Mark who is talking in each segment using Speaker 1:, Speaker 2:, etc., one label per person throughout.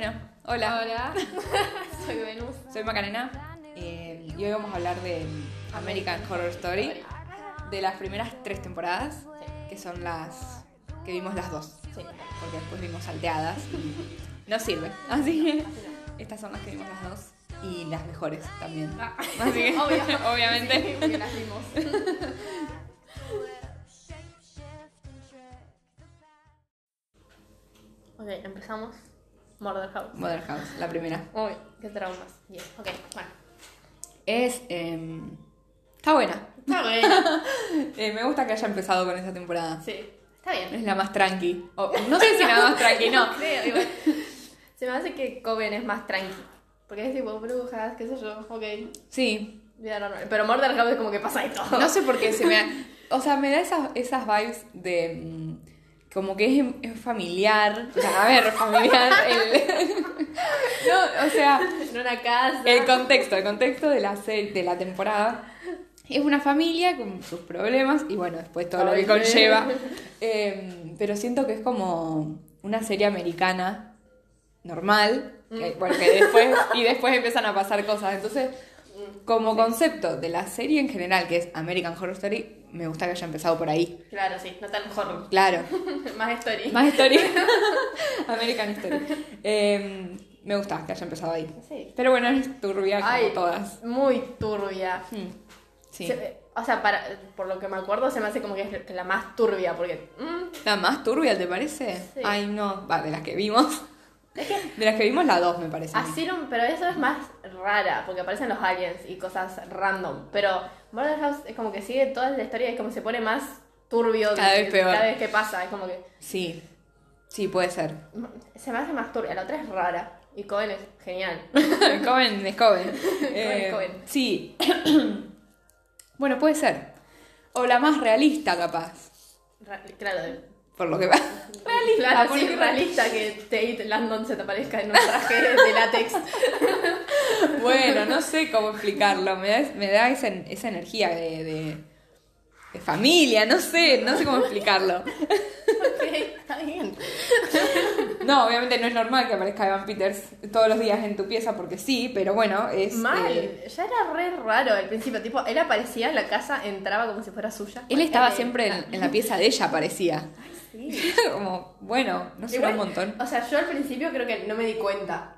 Speaker 1: Hola,
Speaker 2: Hola, soy Venus.
Speaker 1: soy Macarena eh, y hoy vamos a hablar de American Horror Story, de las primeras tres temporadas, que son las que vimos las dos,
Speaker 2: Sí.
Speaker 1: porque después vimos salteadas y no sirve. Así que estas son las que vimos las dos y las mejores también.
Speaker 2: Ah.
Speaker 1: Así que,
Speaker 2: Obvio.
Speaker 1: obviamente.
Speaker 2: Sí, porque las vimos. ok, empezamos. Murder House.
Speaker 1: Mother House, la primera.
Speaker 2: Uy, qué traumas. Bien, ok, bueno.
Speaker 1: Es. em, está buena.
Speaker 2: Está bien.
Speaker 1: Eh, me gusta que haya empezado con esa temporada.
Speaker 2: Sí, está bien.
Speaker 1: Es la más tranqui. O- no sé si la más tranqui, no.
Speaker 2: creo, igual. Se me hace que Coven es más tranqui. Porque es tipo brujas, qué sé yo, ok,
Speaker 1: Sí,
Speaker 2: vida normal. Pero Murder House es como que pasa de todo.
Speaker 1: No sé por qué se me da. O sea, me da esas, esas vibes de. mm, Como que es, es familiar. O sea, a ver, familiar. el- no, o sea,
Speaker 2: En una casa.
Speaker 1: el contexto, el contexto de la, se- de la temporada. Es una familia con sus problemas y bueno, después todo lo que
Speaker 2: Ay,
Speaker 1: conlleva. Eh, pero siento que es como una serie americana normal. que-
Speaker 2: Mm.
Speaker 1: bueno, que después, y después empiezan a pasar cosas. Entonces, como concepto de la serie en general, que es American Horror Story, me gusta que haya empezado por ahí.
Speaker 2: Claro, sí, no tan horror.
Speaker 1: Claro.
Speaker 2: Más story.
Speaker 1: Más historia. American Story. Eh, me gusta que haya empezado ahí.
Speaker 2: Sí.
Speaker 1: Pero bueno, es turbia como
Speaker 2: Ay,
Speaker 1: todas.
Speaker 2: Muy turbia.
Speaker 1: Hmm, Sí.
Speaker 2: Se- o sea, para, por lo que me acuerdo, se me hace como que es la más turbia, porque... mm,
Speaker 1: ¿La más turbia, te parece?
Speaker 2: Sí.
Speaker 1: Ay, no. Va, de las que vimos. De las que vimos, la 2, me parece. a mí.
Speaker 2: Asylum, pero eso es más rara, porque aparecen los aliens y cosas random. Pero Murder House es como que sigue toda la historia y como se pone más turbio de-
Speaker 1: Cada vez peor.
Speaker 2: cada vez que pasa. Es como que... mm,
Speaker 1: Sí. Sí, puede ser.
Speaker 2: Se me hace más turbia, la otra es rara. Y Cohen es genial.
Speaker 1: Coven es Coven.
Speaker 2: es Coven.
Speaker 1: Sí. bueno, puede ser. O la más realista, capaz.
Speaker 2: Ra- claro, de-
Speaker 1: Por lo que va. Realista.
Speaker 2: claro,
Speaker 1: por
Speaker 2: sí,
Speaker 1: lo que va.
Speaker 2: realista que Tate Landon se te aparezca en un traje de látex.
Speaker 1: Bueno, no sé cómo explicarlo. Me da, me da esa, esa energía de, de, de familia. No sé, no sé cómo explicarlo.
Speaker 2: ok, está bien.
Speaker 1: No, obviamente no es normal que aparezca Evan Peters todos los días en tu pieza porque sí, pero bueno, es.
Speaker 2: Mal,
Speaker 1: eh,
Speaker 2: ya era re raro al principio, tipo, él aparecía en la casa, entraba como si fuera suya.
Speaker 1: él estaba
Speaker 2: Ay,
Speaker 1: siempre
Speaker 2: ah,
Speaker 1: en, en la pieza de ella, parecía.
Speaker 2: sí.
Speaker 1: Como, bueno, no sé, era
Speaker 2: Igual,
Speaker 1: un montón.
Speaker 2: O sea, yo al principio creo que no me di cuenta.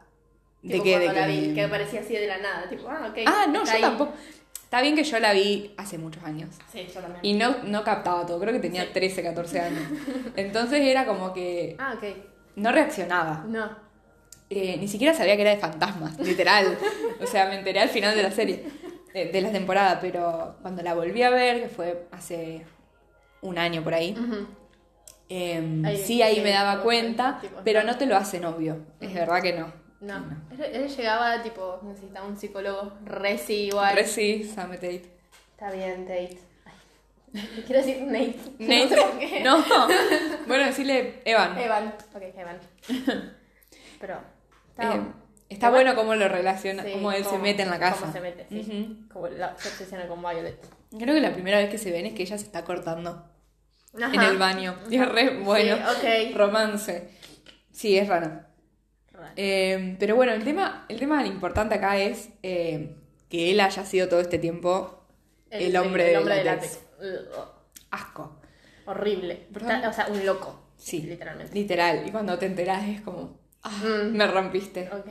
Speaker 1: ¿De
Speaker 2: tipo,
Speaker 1: qué?
Speaker 2: cuando
Speaker 1: ¿De
Speaker 2: la
Speaker 1: qué?
Speaker 2: vi, que aparecía así de la nada, tipo, ah, ok.
Speaker 1: Ah, no, yo
Speaker 2: está ahí.
Speaker 1: tampoco. Está bien que yo la vi hace muchos años.
Speaker 2: Sí, yo también.
Speaker 1: Y no, no captaba todo, creo que tenía 13, 14 años. Entonces era como que
Speaker 2: Ah, ok.
Speaker 1: no reaccionaba.
Speaker 2: No.
Speaker 1: Eh, ni siquiera sabía que era de fantasmas, literal. O sea, me enteré al final de la serie, de, de la temporada, pero cuando la volví a ver, que fue hace un año por ahí,
Speaker 2: Ujú.
Speaker 1: eh,
Speaker 2: Ahí,
Speaker 1: sí ahí
Speaker 2: sí,
Speaker 1: me daba
Speaker 2: como
Speaker 1: cuenta,
Speaker 2: que, tipo,
Speaker 1: pero
Speaker 2: no.
Speaker 1: no te lo hacen obvio. Es verdad que no.
Speaker 2: No.
Speaker 1: Sí,
Speaker 2: Él, él llegaba, tipo, necesitaba un psicólogo. Resi igual.
Speaker 1: Re sí, Sam Tate.
Speaker 2: Está bien, Tate. Ay, Quiero decir Nate. No sé por qué.
Speaker 1: Nate. No. Bueno, decirle Evan. Eh,
Speaker 2: Evan. Ok, Evan. Pero. Está,
Speaker 1: Eh, está
Speaker 2: Evan-
Speaker 1: bueno cómo lo relaciona,
Speaker 2: Sí,
Speaker 1: cómo él se
Speaker 2: cómo-
Speaker 1: mete en la casa.
Speaker 2: cómo se mete, sí.
Speaker 1: Ujú.
Speaker 2: Como la, se obsesiona con Violet.
Speaker 1: Creo que la primera vez que se ven es que ella se está cortando en
Speaker 2: Ajá.
Speaker 1: el baño. Y es re bueno.
Speaker 2: Sí, ok.
Speaker 1: Romance. Sí, es raro.
Speaker 2: Raro.
Speaker 1: Eh, pero bueno, el tema, el tema importante acá es eh, que él haya sido todo este tiempo el, hombre,
Speaker 2: el hombre
Speaker 1: de
Speaker 2: de
Speaker 1: látex.
Speaker 2: látex. Ugh,
Speaker 1: Asco.
Speaker 2: Horrible.
Speaker 1: Perdón.
Speaker 2: Está- o sea, un loco.
Speaker 1: Sí.
Speaker 2: Literalmente.
Speaker 1: Literal. Y cuando te enterás es como, ah,
Speaker 2: Mm.
Speaker 1: me rompiste.
Speaker 2: Ok.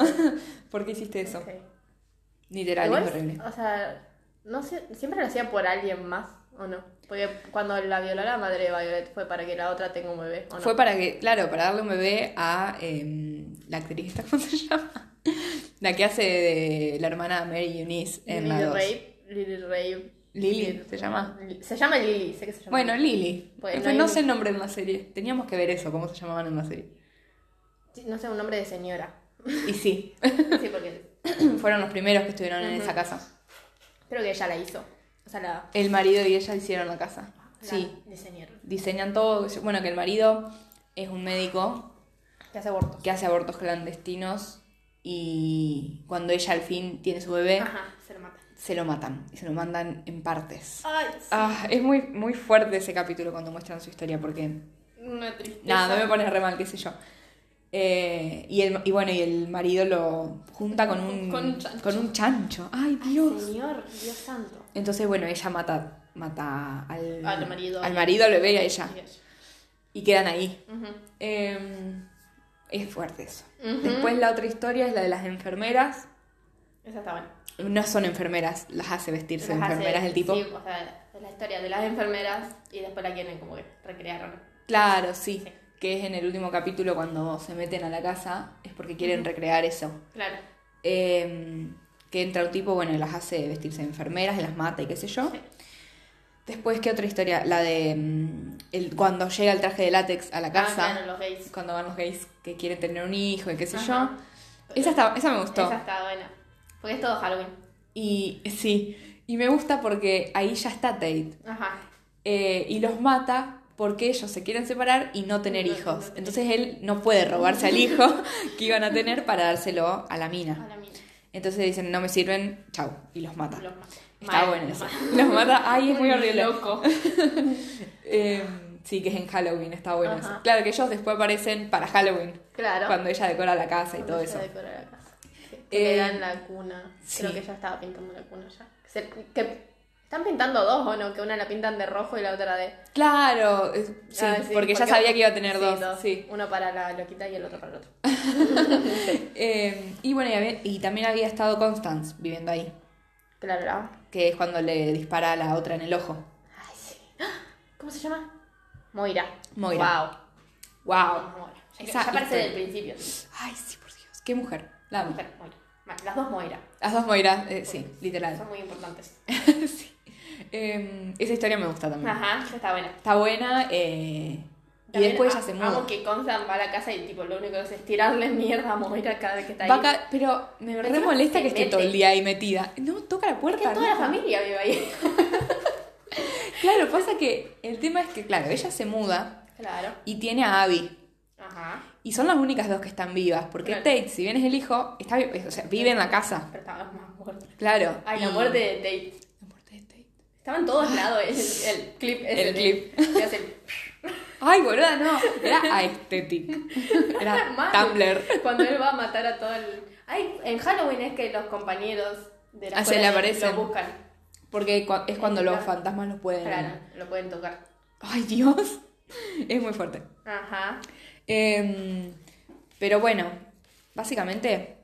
Speaker 1: ¿Por qué hiciste eso?
Speaker 2: ok.
Speaker 1: Literal,
Speaker 2: Igual,
Speaker 1: es horrible.
Speaker 2: O sea, no sé, siempre lo hacía por alguien más, ¿o no? Porque cuando la violó la madre de Violet fue para que la otra tenga un bebé, ¿o no?
Speaker 1: Fue para que, claro, para darle un bebé a em, la actriz, ¿esta ¿cómo se llama? La que hace de la hermana Mary Eunice en la
Speaker 2: Lily
Speaker 1: dos.
Speaker 2: Rabe. Lily Rabe.
Speaker 1: Lily, ¿se llama?
Speaker 2: Li- Se llama Lily, sé que se llama.
Speaker 1: Bueno, Lily.
Speaker 2: Bueno,
Speaker 1: Pero
Speaker 2: hay
Speaker 1: no
Speaker 2: un-
Speaker 1: sé el nombre en la serie. Teníamos que ver eso, cómo se llamaban en la serie.
Speaker 2: Sí, No sé, un nombre de señora.
Speaker 1: Y sí,
Speaker 2: Sí, porque
Speaker 1: fueron los primeros que estuvieron en
Speaker 2: Ujú.
Speaker 1: esa casa.
Speaker 2: creo que ella la hizo. O sea, la.
Speaker 1: El marido y ella hicieron la casa.
Speaker 2: la
Speaker 1: Sí,
Speaker 2: diseñaron.
Speaker 1: diseñan todo. Bueno, que el marido es un médico
Speaker 2: Que hace abortos.
Speaker 1: que hace abortos clandestinos y cuando ella al fin tiene su bebé,
Speaker 2: Ajá, se lo mata.
Speaker 1: se lo matan y se lo mandan en partes.
Speaker 2: Ay, sí.
Speaker 1: Ah, es muy, muy fuerte ese capítulo cuando muestran su historia porque...
Speaker 2: Una tristeza.
Speaker 1: Nada, no me pone re mal, qué sé yo. Eh, y, el, y bueno, y el marido lo junta con un,
Speaker 3: Con un chancho.
Speaker 1: con un chancho. Ay,
Speaker 2: Ah,
Speaker 1: Dios.
Speaker 2: Señor, Dios santo.
Speaker 1: Entonces, bueno, ella mata, mata al,
Speaker 2: Al marido.
Speaker 1: Al marido, al bebé y a ella.
Speaker 3: Yes.
Speaker 1: Y quedan ahí.
Speaker 2: Ah. Ujú.
Speaker 1: Eh, es fuerte eso.
Speaker 2: Ujú.
Speaker 1: Después la otra historia es la de las enfermeras.
Speaker 2: Esa está buena.
Speaker 1: No son enfermeras, las hace vestirse de
Speaker 2: Las hace-
Speaker 1: enfermeras el tipo.
Speaker 2: Sí, o sea, es la historia de las enfermeras y después la quieren como que recrearon.
Speaker 1: Claro, sí.
Speaker 2: Sí.
Speaker 1: Que es en el último capítulo cuando se meten a la casa, es porque quieren recrear eso.
Speaker 2: Claro.
Speaker 1: Eh, que entra un tipo, bueno, y las hace vestirse de enfermeras, y las mata y qué sé yo.
Speaker 2: Sí.
Speaker 1: Después, ¿qué otra historia? La de mm, el, cuando llega el traje de látex a la casa,
Speaker 2: Ah, claro, los gays.
Speaker 1: cuando van los gays que quieren tener un hijo y qué sé
Speaker 2: Ajá.
Speaker 1: yo. Esa, está- esa me gustó.
Speaker 2: Esa está buena. Porque es todo Halloween.
Speaker 1: Y sí, y me gusta porque ahí ya está Tate.
Speaker 2: Ajá.
Speaker 1: eh, y los mata porque ellos se quieren separar y no tener
Speaker 2: No, no, no
Speaker 1: hijos.
Speaker 2: tener.
Speaker 1: Entonces él no puede robarse al hijo que iban a tener para dárselo a la
Speaker 2: A
Speaker 1: mina.
Speaker 2: la mina.
Speaker 1: Entonces dicen, no me sirven, chau, y los mata.
Speaker 2: Los mata.
Speaker 1: Está
Speaker 2: Mal,
Speaker 1: bueno
Speaker 2: los
Speaker 1: eso.
Speaker 2: mata.
Speaker 1: Los mata, ay, es muy horrible.
Speaker 3: Loco.
Speaker 1: Eh, sí, que es en Halloween, está bueno
Speaker 2: Ajá.
Speaker 1: eso. Claro que ellos después aparecen para Halloween,
Speaker 2: Claro.
Speaker 1: cuando ella decora la casa y
Speaker 2: Cuando
Speaker 1: todo
Speaker 2: se
Speaker 1: eso.
Speaker 2: decora la casa. Sí.
Speaker 1: Eh,
Speaker 2: Que le dan la cuna.
Speaker 1: sí.
Speaker 2: Creo que ya estaba pintando la cuna ya. Que se- que están pintando dos, ¿o no? Que una la pintan de rojo y la otra de...
Speaker 1: Claro, es- sí,
Speaker 2: Ah,
Speaker 1: porque, ya sabía que iba a tener
Speaker 2: Sí,
Speaker 1: dos. Sí.
Speaker 2: Uno para la loquita y el otro para el otro.
Speaker 1: Eh, y bueno, y, había- y también había estado Constance viviendo ahí,
Speaker 2: Claro, la...
Speaker 1: que es cuando le dispara a la otra en el ojo.
Speaker 2: Ay, sí. ¡Ah! ¿Cómo se llama? Moira.
Speaker 1: Moira.
Speaker 2: Wow.
Speaker 1: ¡Wow!
Speaker 2: Moira. Ya,
Speaker 1: Esa
Speaker 2: ya aparece
Speaker 1: historia.
Speaker 2: del principio.
Speaker 1: Ay, sí, por Dios, qué mujer. La amo.
Speaker 2: Mujer, Moira. Vale, Las dos Moira.
Speaker 1: Las dos Moiras, eh, sí, literal.
Speaker 2: Son muy importantes.
Speaker 1: Sí. Eh, esa historia me gusta también.
Speaker 2: Ajá, ya está buena.
Speaker 1: Está buena eh, y
Speaker 2: Ah. También
Speaker 1: después
Speaker 2: a-
Speaker 1: ella se muda.
Speaker 2: Amo que Constance va a la casa y tipo lo único que hace es tirarle mierda a Moira cada vez que está ahí.
Speaker 1: Va acá- pero me
Speaker 2: Pero
Speaker 1: re
Speaker 2: encima
Speaker 1: molesta
Speaker 2: se
Speaker 1: que esté
Speaker 2: mete.
Speaker 1: todo el día ahí metida. No, toca la
Speaker 2: Porque
Speaker 1: puerta.
Speaker 2: toda la
Speaker 1: ¿no?
Speaker 2: familia vive ahí.
Speaker 1: Claro, pasa que el tema es que, claro, ella se muda
Speaker 2: Claro.
Speaker 1: y tiene a Abby.
Speaker 2: Ajá.
Speaker 1: Y son las únicas dos que están vivas. Porque
Speaker 2: Claro.
Speaker 1: Tate, si bien es el hijo, está, vi- o sea, vive en la casa.
Speaker 2: Pero estaba más muerta.
Speaker 1: Claro.
Speaker 2: Ay, la
Speaker 1: y-
Speaker 2: muerte de Tate.
Speaker 1: La muerte de Tate.
Speaker 2: Estaba en todos lados el, el clip. ese
Speaker 1: El
Speaker 2: de-
Speaker 1: clip.
Speaker 2: que hace el-
Speaker 1: Ay, boluda, no. Era aesthetic. Era
Speaker 2: Mal.
Speaker 1: Tumblr.
Speaker 2: Cuando él va a matar a todo el. Ay, en Halloween es que los compañeros de la
Speaker 1: Ah, se
Speaker 2: escuela
Speaker 1: le aparecen.
Speaker 2: lo buscan.
Speaker 1: Porque cua- es cuando los
Speaker 2: Claro.
Speaker 1: fantasmas los pueden.
Speaker 2: Claro, lo pueden tocar.
Speaker 1: Ay, Dios. Es muy fuerte.
Speaker 2: Ajá.
Speaker 1: Em, pero bueno, básicamente,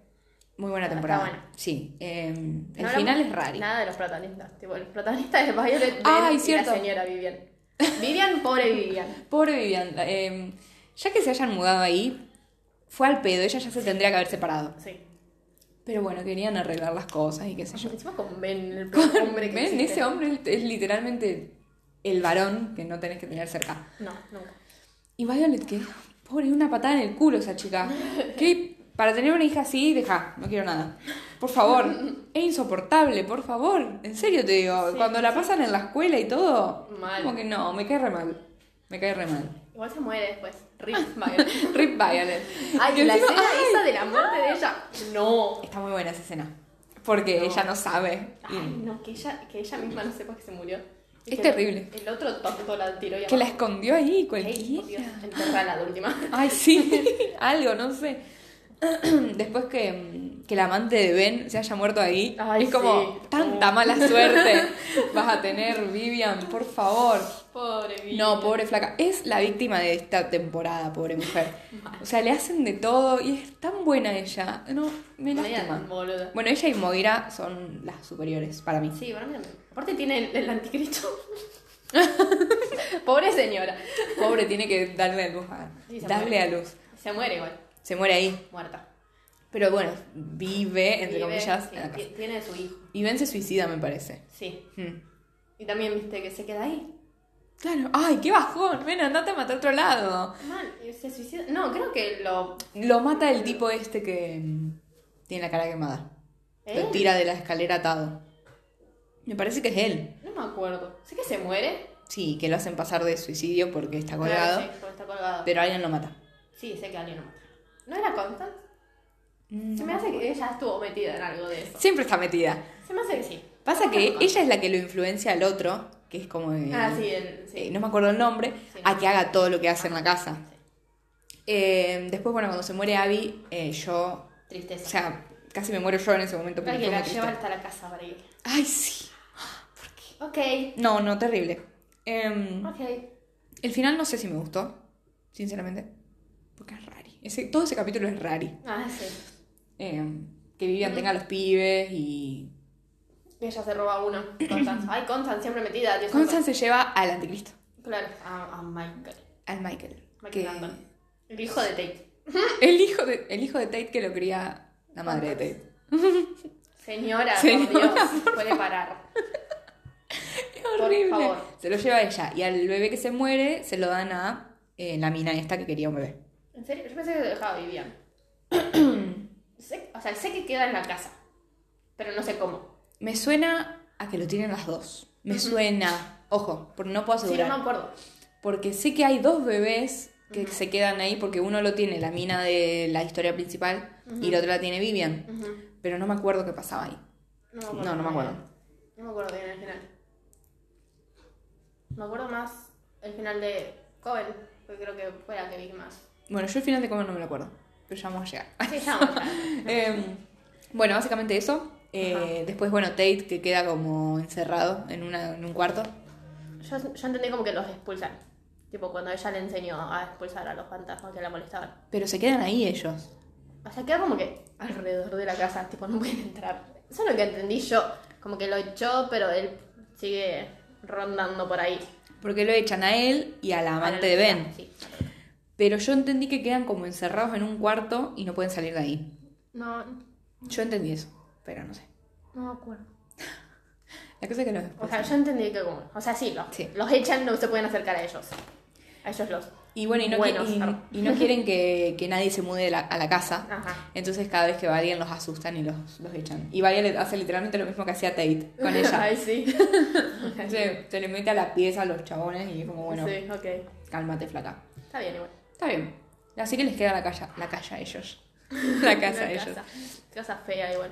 Speaker 1: muy buena
Speaker 2: Ah, Está
Speaker 1: temporada.
Speaker 2: bueno.
Speaker 1: Sí. em, el
Speaker 2: No
Speaker 1: final
Speaker 2: hablamos
Speaker 1: es raro.
Speaker 2: Nada de los protagonistas. Tipo, los protagonistas es Violet Ben
Speaker 1: Ay,
Speaker 2: y
Speaker 1: cierto.
Speaker 2: la señora Vivian. Vivian, pobre Vivian.
Speaker 1: Pobre Vivian. la- em, ya que se hayan mudado ahí, fue al pedo. Ella ya se tendría que haber separado.
Speaker 2: Sí.
Speaker 1: Pero bueno, querían arreglar las cosas y qué sé yo.
Speaker 2: Encima con Ben, el primer hombre que
Speaker 1: ¿Ven?
Speaker 2: existe.
Speaker 1: Ese hombre es- es literalmente el varón que no tenés que tener cerca.
Speaker 2: No, nunca.
Speaker 1: Y Violet, que pobre, una patada en el culo esa chica. Que para tener una hija así, deja, no quiero nada. Por favor, es insoportable, por favor. En serio te digo,
Speaker 2: Sí,
Speaker 1: cuando la pasan en la escuela y todo,
Speaker 2: Mal.
Speaker 1: como que no, me cae re mal. Me cae re mal.
Speaker 2: Igual se muere después. Rip
Speaker 1: Ah.
Speaker 2: Violet.
Speaker 1: Rip Violet.
Speaker 2: Ay,
Speaker 1: Que
Speaker 2: la
Speaker 1: encima-
Speaker 2: escena
Speaker 1: ¡ay!
Speaker 2: esa de la muerte de ella. No.
Speaker 1: Está muy buena esa escena. Porque
Speaker 2: No.
Speaker 1: ella no sabe. y-
Speaker 2: Ay, no, que ella, que ella misma no sepa que se murió. Y
Speaker 1: Es
Speaker 2: que
Speaker 1: terrible.
Speaker 2: El, el otro tonto la tiró y
Speaker 1: que la
Speaker 2: abajo.
Speaker 1: escondió ahí,
Speaker 2: Ey, por Dios,
Speaker 1: cualquiera.
Speaker 2: enterrala de última.
Speaker 1: Ay, sí, algo, no sé. Después que, mm, que el amante de Ben se haya muerto ahí,
Speaker 2: Ay,
Speaker 1: es como,
Speaker 2: sí. Oh.
Speaker 1: tanta mala suerte vas a tener, Vivian, por favor.
Speaker 2: Pobre vida.
Speaker 1: No, pobre flaca. Es la víctima de esta temporada, pobre mujer. O sea, le hacen de todo y es tan buena ella. No, me
Speaker 2: Media
Speaker 1: lástima.
Speaker 2: boluda.
Speaker 1: Bueno, ella y Moira son las superiores para mí.
Speaker 2: Sí, bueno, mira, aparte tiene el, el anticristo. pobre señora.
Speaker 1: Pobre, tiene que darle a luz. a-
Speaker 2: Sí, se
Speaker 1: darle
Speaker 2: muere.
Speaker 1: a luz.
Speaker 2: Se muere igual,
Speaker 1: Se muere ahí.
Speaker 2: muerta.
Speaker 1: Pero bueno, vive, entre
Speaker 2: Vive,
Speaker 1: comillas,
Speaker 2: sí,
Speaker 1: en la casa.
Speaker 2: ti- Tiene su hijo,
Speaker 1: Y Ben se suicida, me parece.
Speaker 2: sí.
Speaker 1: Hmm.
Speaker 2: Y también viste que se queda ahí.
Speaker 1: Claro, ay, qué bajón. Ven, andate a matar a otro lado.
Speaker 2: Mal, y se suicida. No, creo que lo.
Speaker 1: Lo mata el tipo este que mm, tiene la cara quemada. Lo
Speaker 2: ¿Eh?
Speaker 1: tira de la escalera atado. Me parece que es él.
Speaker 2: No me acuerdo. Sé que se muere.
Speaker 1: Sí, que lo hacen pasar de suicidio porque está
Speaker 2: Claro,
Speaker 1: colgado.
Speaker 2: sí, porque está colgado.
Speaker 1: Pero alguien lo mata.
Speaker 2: Sí, sé que alguien lo mata. ¿No era Constance?
Speaker 1: Mm.
Speaker 2: Se me hace que ella estuvo metida en algo de eso.
Speaker 1: Siempre está metida.
Speaker 2: Se me hace que sí.
Speaker 1: Pasa que
Speaker 2: Constance.
Speaker 1: ella es la que lo influencia al otro, que es como... eh, el-
Speaker 2: Ah, sí, el, sí.
Speaker 1: eh, no me acuerdo el nombre,
Speaker 2: Sí,
Speaker 1: a
Speaker 2: no.
Speaker 1: que haga todo lo que hace en la casa.
Speaker 2: Sí.
Speaker 1: Eh, después, bueno, cuando se muere Abby, eh, yo. O
Speaker 3: Tristeza.
Speaker 1: sea, casi me muero yo en ese momento porque
Speaker 2: Hay que
Speaker 1: fue muy
Speaker 2: la
Speaker 1: triste.
Speaker 2: llevan hasta la casa para ir.
Speaker 1: Ay, sí.
Speaker 3: Ok.
Speaker 1: No, no, terrible. Em,
Speaker 2: Ok.
Speaker 1: el final no sé si me gustó, sinceramente. Porque es rari. Ese, todo ese capítulo es rari.
Speaker 2: Ah, sí.
Speaker 1: Em, que Vivian tenga a los pibes y.
Speaker 2: Y ella se roba uno. Constance. Ay, Constance siempre metida. Dios
Speaker 1: Constance se lleva al anticristo,
Speaker 2: santo. Claro. A, a Michael.
Speaker 1: al Michael.
Speaker 2: Michael
Speaker 1: que-
Speaker 2: Landon. El hijo de Tate.
Speaker 1: el, hijo de, el hijo de Tate que lo cría la madre de Tate.
Speaker 2: Señora, por
Speaker 1: Señora,
Speaker 2: Dios, puede parar. Por
Speaker 1: horrible.
Speaker 2: favor.
Speaker 1: Se lo lleva ella. Y al bebé que se muere se lo dan a eh, la mina esta que quería un bebé.
Speaker 2: ¿En serio? Yo pensé que lo dejaba Vivian. Sé- o sea, sé que queda en la casa. Pero no sé cómo.
Speaker 1: Me suena a que lo tienen las dos. Me suena. Ojo, porque no puedo
Speaker 2: Sí, no
Speaker 1: asegurar.
Speaker 2: me acuerdo.
Speaker 1: Porque sé que hay dos bebés que se quedan ahí porque uno lo tiene la mina de la historia principal y la otra la tiene Vivian.
Speaker 2: Ujú.
Speaker 1: Pero no me acuerdo qué pasaba ahí.
Speaker 2: No me
Speaker 1: No, no me acuerdo.
Speaker 2: No me acuerdo bien el final. Me acuerdo más el final de Coven, que creo que fue la que vi más.
Speaker 1: Bueno, yo el final de comer no me lo acuerdo. Pero ya vamos a llegar.
Speaker 2: Sí, ya vamos ya.
Speaker 1: Eh, bueno, básicamente eso. Eh, después, bueno, Tate que queda como encerrado en, una, en un cuarto.
Speaker 2: Yo, yo entendí como que los expulsan. Tipo, cuando ella le enseñó a expulsar a los fantasmas que la molestaban.
Speaker 1: Pero se quedan ahí ellos.
Speaker 2: O sea, queda como que alrededor de la casa, tipo, no pueden entrar. Eso es lo que entendí yo. Como que lo echó, pero él sigue rondando por ahí.
Speaker 1: Porque lo echan a él y a la amante de Ben.
Speaker 2: Sí.
Speaker 1: Pero yo entendí que quedan como encerrados en un cuarto y no pueden salir de ahí.
Speaker 2: No,
Speaker 1: Yo entendí eso, pero no sé.
Speaker 2: no me acuerdo.
Speaker 1: La cosa es que los
Speaker 2: O sea, yo entendí que como... O sea, sí, los,
Speaker 1: Sí.
Speaker 2: los echan, no se pueden acercar a ellos. A ellos los...
Speaker 1: Y bueno, y no, qui-
Speaker 2: Buenos,
Speaker 1: y-
Speaker 2: claro.
Speaker 1: y no quieren que, que nadie se mude de la- a la casa.
Speaker 2: Ajá.
Speaker 1: Entonces cada vez que va alguien los asustan y los, los echan. Y Varia le hace literalmente lo mismo que hacía Tate con ella.
Speaker 2: Ay, sí.
Speaker 1: se, se le mete a la pieza a los chabones y es como, bueno,
Speaker 2: Sí, ok.
Speaker 1: cálmate, flaca.
Speaker 2: Está bien igual.
Speaker 1: Está bien. Así que les queda la calle, la calle a ellos. La casa
Speaker 2: Una
Speaker 1: a ellos.
Speaker 2: casa. Casa fea igual.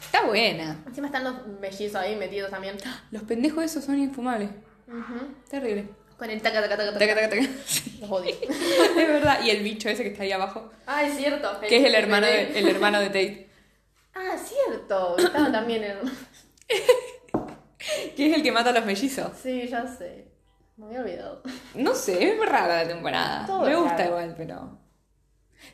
Speaker 1: Está buena.
Speaker 2: Encima están los mellizos ahí metidos también.
Speaker 1: Los pendejos esos son infumables.
Speaker 2: Ujú.
Speaker 1: Terrible.
Speaker 2: Con el taca, taca, taca, taca.
Speaker 1: Taca, taca, taca. Sí,
Speaker 2: Los odio.
Speaker 1: es verdad. Y el bicho ese que está ahí abajo,
Speaker 2: ah, es cierto.
Speaker 1: que es el hermano de, el hermano de Tate.
Speaker 2: Ah, cierto. Estaban también en...
Speaker 1: Que es el que mata a los mellizos.
Speaker 2: Sí, ya sé. Me había olvidado.
Speaker 1: No sé, es rara la temporada.
Speaker 2: Todo
Speaker 1: Me
Speaker 2: es
Speaker 1: gusta
Speaker 2: raro.
Speaker 1: igual, pero.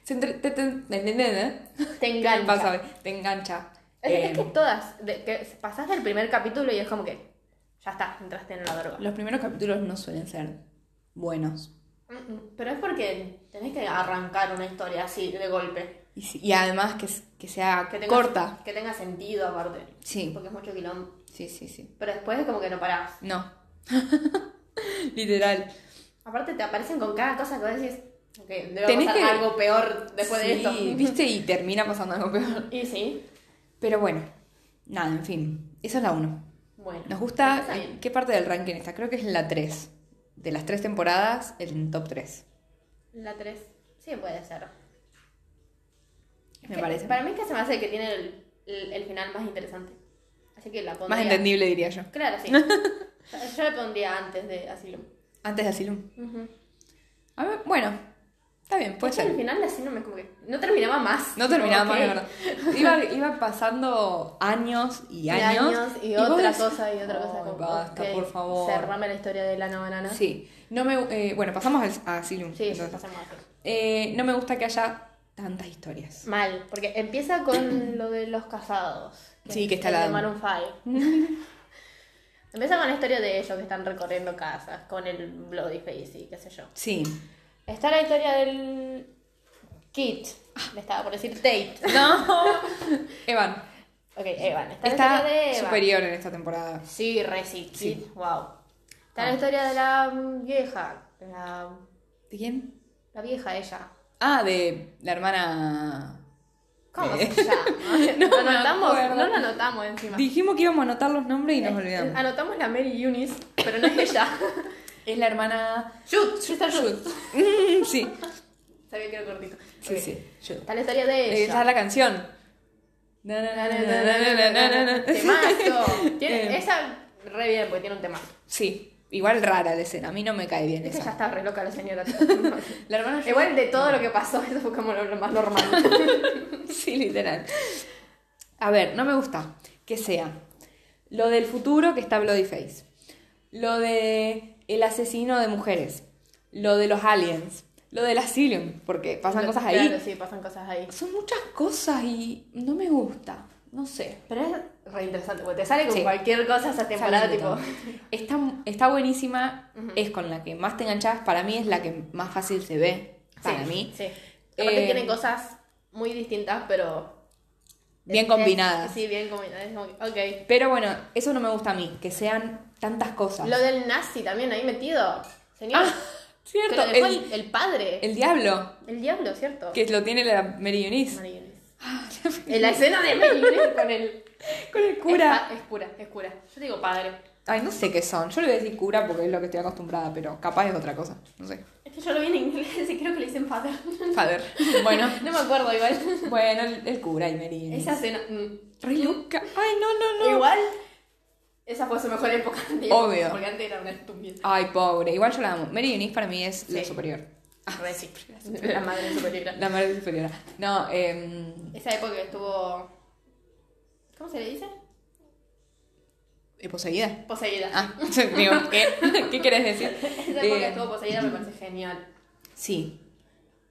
Speaker 1: Se entre- te, te- te- te- te-
Speaker 2: Te
Speaker 1: te-
Speaker 2: engancha.
Speaker 1: pasa, te engancha.
Speaker 2: Es, es
Speaker 1: Eh,
Speaker 2: que todas, de- que pasás del primer capítulo y es como que ya está, entraste en la droga.
Speaker 1: los primeros capítulos no suelen ser buenos.
Speaker 2: Mm, Pero es porque tenés que arrancar una historia así de golpe.
Speaker 1: Y, si- y además que, s- que sea
Speaker 2: Que tenga,
Speaker 1: corta.
Speaker 2: Que tenga sentido aparte.
Speaker 1: Sí,
Speaker 2: Porque es mucho quilombo.
Speaker 1: sí, sí, sí.
Speaker 2: Pero después es como que no parás.
Speaker 1: No. Literal.
Speaker 2: Aparte te aparecen con cada cosa que vos decís, ok, debe
Speaker 1: Tenés
Speaker 2: pasar
Speaker 1: que-
Speaker 2: algo peor después de
Speaker 1: Sí,
Speaker 2: esto.
Speaker 1: ¿viste? Y termina pasando algo peor.
Speaker 2: Y sí,
Speaker 1: Pero bueno, nada, en fin. Esa es la 1.
Speaker 2: bueno.
Speaker 1: Nos gusta.
Speaker 2: Está bien.
Speaker 1: ¿Qué parte del ranking está? Creo que es la 3. De las 3 temporadas, el top 3.
Speaker 2: La 3, sí puede ser.
Speaker 1: Me
Speaker 2: Que-
Speaker 1: parece.
Speaker 2: Para mí es que se me hace que tiene el, el- el final más interesante. Así que la pondría.
Speaker 1: Más entendible, diría yo.
Speaker 2: Claro, sí. Yo la pondría antes de Asylum.
Speaker 1: Antes de Asylum.
Speaker 2: Ujú.
Speaker 1: A ver, bueno, está bien, puede
Speaker 2: Es que al
Speaker 1: ser.
Speaker 2: final de Asylum es como que no terminaba más.
Speaker 1: No terminaba
Speaker 2: Como
Speaker 1: más,
Speaker 2: que-
Speaker 1: de verdad. Iba, iba pasando años y
Speaker 2: Y
Speaker 1: años.
Speaker 2: años y,
Speaker 1: vos
Speaker 2: otra
Speaker 1: decís,
Speaker 2: cosa y otra cosa.
Speaker 1: "Ay,
Speaker 2: como,
Speaker 1: basta,
Speaker 2: ok,
Speaker 1: por favor.
Speaker 2: Cerrame la historia de la banana.
Speaker 1: Sí. No me, eh, bueno, pasamos al- a Asylum.
Speaker 2: Sí,
Speaker 1: entonces.
Speaker 2: pasamos así.
Speaker 1: Eh, no me gusta que haya tantas historias.
Speaker 2: Mal, porque empieza con lo de los casados.
Speaker 1: Sí, que está
Speaker 2: el
Speaker 1: la-
Speaker 2: de Maroon five. empieza con la historia de ellos que están recorriendo casas con el Bloody Face y qué sé yo.
Speaker 1: Sí.
Speaker 2: Está la historia del Kit. Me estaba por decir Tate.
Speaker 1: No. Evan.
Speaker 2: Ok, Evan. Está, la
Speaker 1: Está
Speaker 2: historia de Evan.
Speaker 1: superior en esta temporada.
Speaker 2: Sí, Resi, Kit.
Speaker 1: Sí.
Speaker 2: Wow. Está
Speaker 1: Ah.
Speaker 2: la historia de la mm, vieja. La,
Speaker 1: ¿De quién?
Speaker 2: la vieja ella.
Speaker 1: Ah, de la hermana.
Speaker 2: ¿Cómo
Speaker 1: Eh.
Speaker 2: se llama?
Speaker 1: No
Speaker 2: no,
Speaker 1: me
Speaker 2: anotamos,
Speaker 1: acuerdo.
Speaker 2: no la anotamos encima.
Speaker 1: Dijimos que íbamos a anotar los nombres y nos
Speaker 2: Eh,
Speaker 1: olvidamos.
Speaker 2: Anotamos la Mary Eunice, pero no es ella.
Speaker 1: Es la hermana.
Speaker 2: Shoot, está Shoot.
Speaker 1: Mm, sí,
Speaker 2: Sabía que era cortito.
Speaker 1: sí,
Speaker 2: Ok.
Speaker 1: sí. Yo.
Speaker 2: Está la historia de
Speaker 1: Eh,
Speaker 2: ella.
Speaker 1: Esa es la canción. Na, na, na, na, na, na, na, na, na.
Speaker 2: Temazo. Tiene-
Speaker 1: Eh.
Speaker 2: Esa re bien, porque tiene un temazo.
Speaker 1: Sí. igual rara la escena, a mí no me cae bien
Speaker 2: Es que ya
Speaker 1: esa.
Speaker 2: está re loca la señora.
Speaker 1: La hermana Gemma-
Speaker 2: Igual de todo lo que pasó, eso fue como lo, lo más normal.
Speaker 1: Sí, literal. A ver, no me gusta que sea lo del futuro que está Bloody Face, lo de el asesino de mujeres, lo de los aliens, lo del asylum, porque pasan cosas ahí.
Speaker 2: Claro, sí, pasan cosas ahí.
Speaker 1: Son muchas cosas y no me gusta, no sé.
Speaker 2: Pero es re interesante, porque te sale con
Speaker 1: Sí.
Speaker 2: cualquier cosa esa temporada,
Speaker 1: Salen de
Speaker 2: tipo.
Speaker 1: todo. Está, está buenísima, es con la que más te enganchas, para mí es la que más fácil se ve, para
Speaker 2: sí,
Speaker 1: mí.
Speaker 2: Sí. Aparte
Speaker 1: Eh,
Speaker 2: tienen cosas muy distintas, pero.
Speaker 1: Bien
Speaker 2: es-
Speaker 1: combinadas.
Speaker 2: Sí, bien combinadas. es como que- Ok.
Speaker 1: Pero bueno, eso no me gusta a mí, que sean tantas cosas.
Speaker 2: Lo del nazi también ahí metido. Señor.
Speaker 1: Ah,
Speaker 2: Que lo
Speaker 1: cierto,
Speaker 2: dejó
Speaker 1: el,
Speaker 2: el, el padre. El,
Speaker 1: el diablo,
Speaker 2: diablo, ¿cierto?
Speaker 1: que lo tiene la Merionis.
Speaker 2: Mary Eunice. En la escena de Mary Eunice con el.
Speaker 1: Con el
Speaker 2: Es,
Speaker 1: cura.
Speaker 2: pa- es cura, es cura. Yo digo padre.
Speaker 1: Ay, no sé qué son. Yo le voy a decir cura porque es lo que estoy acostumbrada, pero capaz es otra cosa. No sé.
Speaker 2: Es que yo lo vi en inglés y creo que le dicen padre.
Speaker 1: Father. Bueno.
Speaker 2: No me acuerdo igual.
Speaker 1: Bueno, el, el cura y Merionis.
Speaker 2: Esa escena. mm.
Speaker 1: Re loca. Ay, no, no, no.
Speaker 2: Igual, esa fue su mejor época. digo,
Speaker 1: Obvio.
Speaker 2: Porque antes era una estúpida.
Speaker 1: Ay, pobre. Igual yo la amo. Mary Eunice para mí es la
Speaker 2: Sí.
Speaker 1: superior. Ah,
Speaker 2: Re sí. La madre superior.
Speaker 1: La madre superior. No, eh,
Speaker 2: Esa época que estuvo. ¿Cómo se le dice?
Speaker 1: ¿eh, poseída.
Speaker 2: Poseída.
Speaker 1: Ah, digo, ¿qué, ¿qué quieres decir?
Speaker 2: Esa época que
Speaker 1: Eh,
Speaker 2: estuvo poseída me parece genial.
Speaker 1: Sí.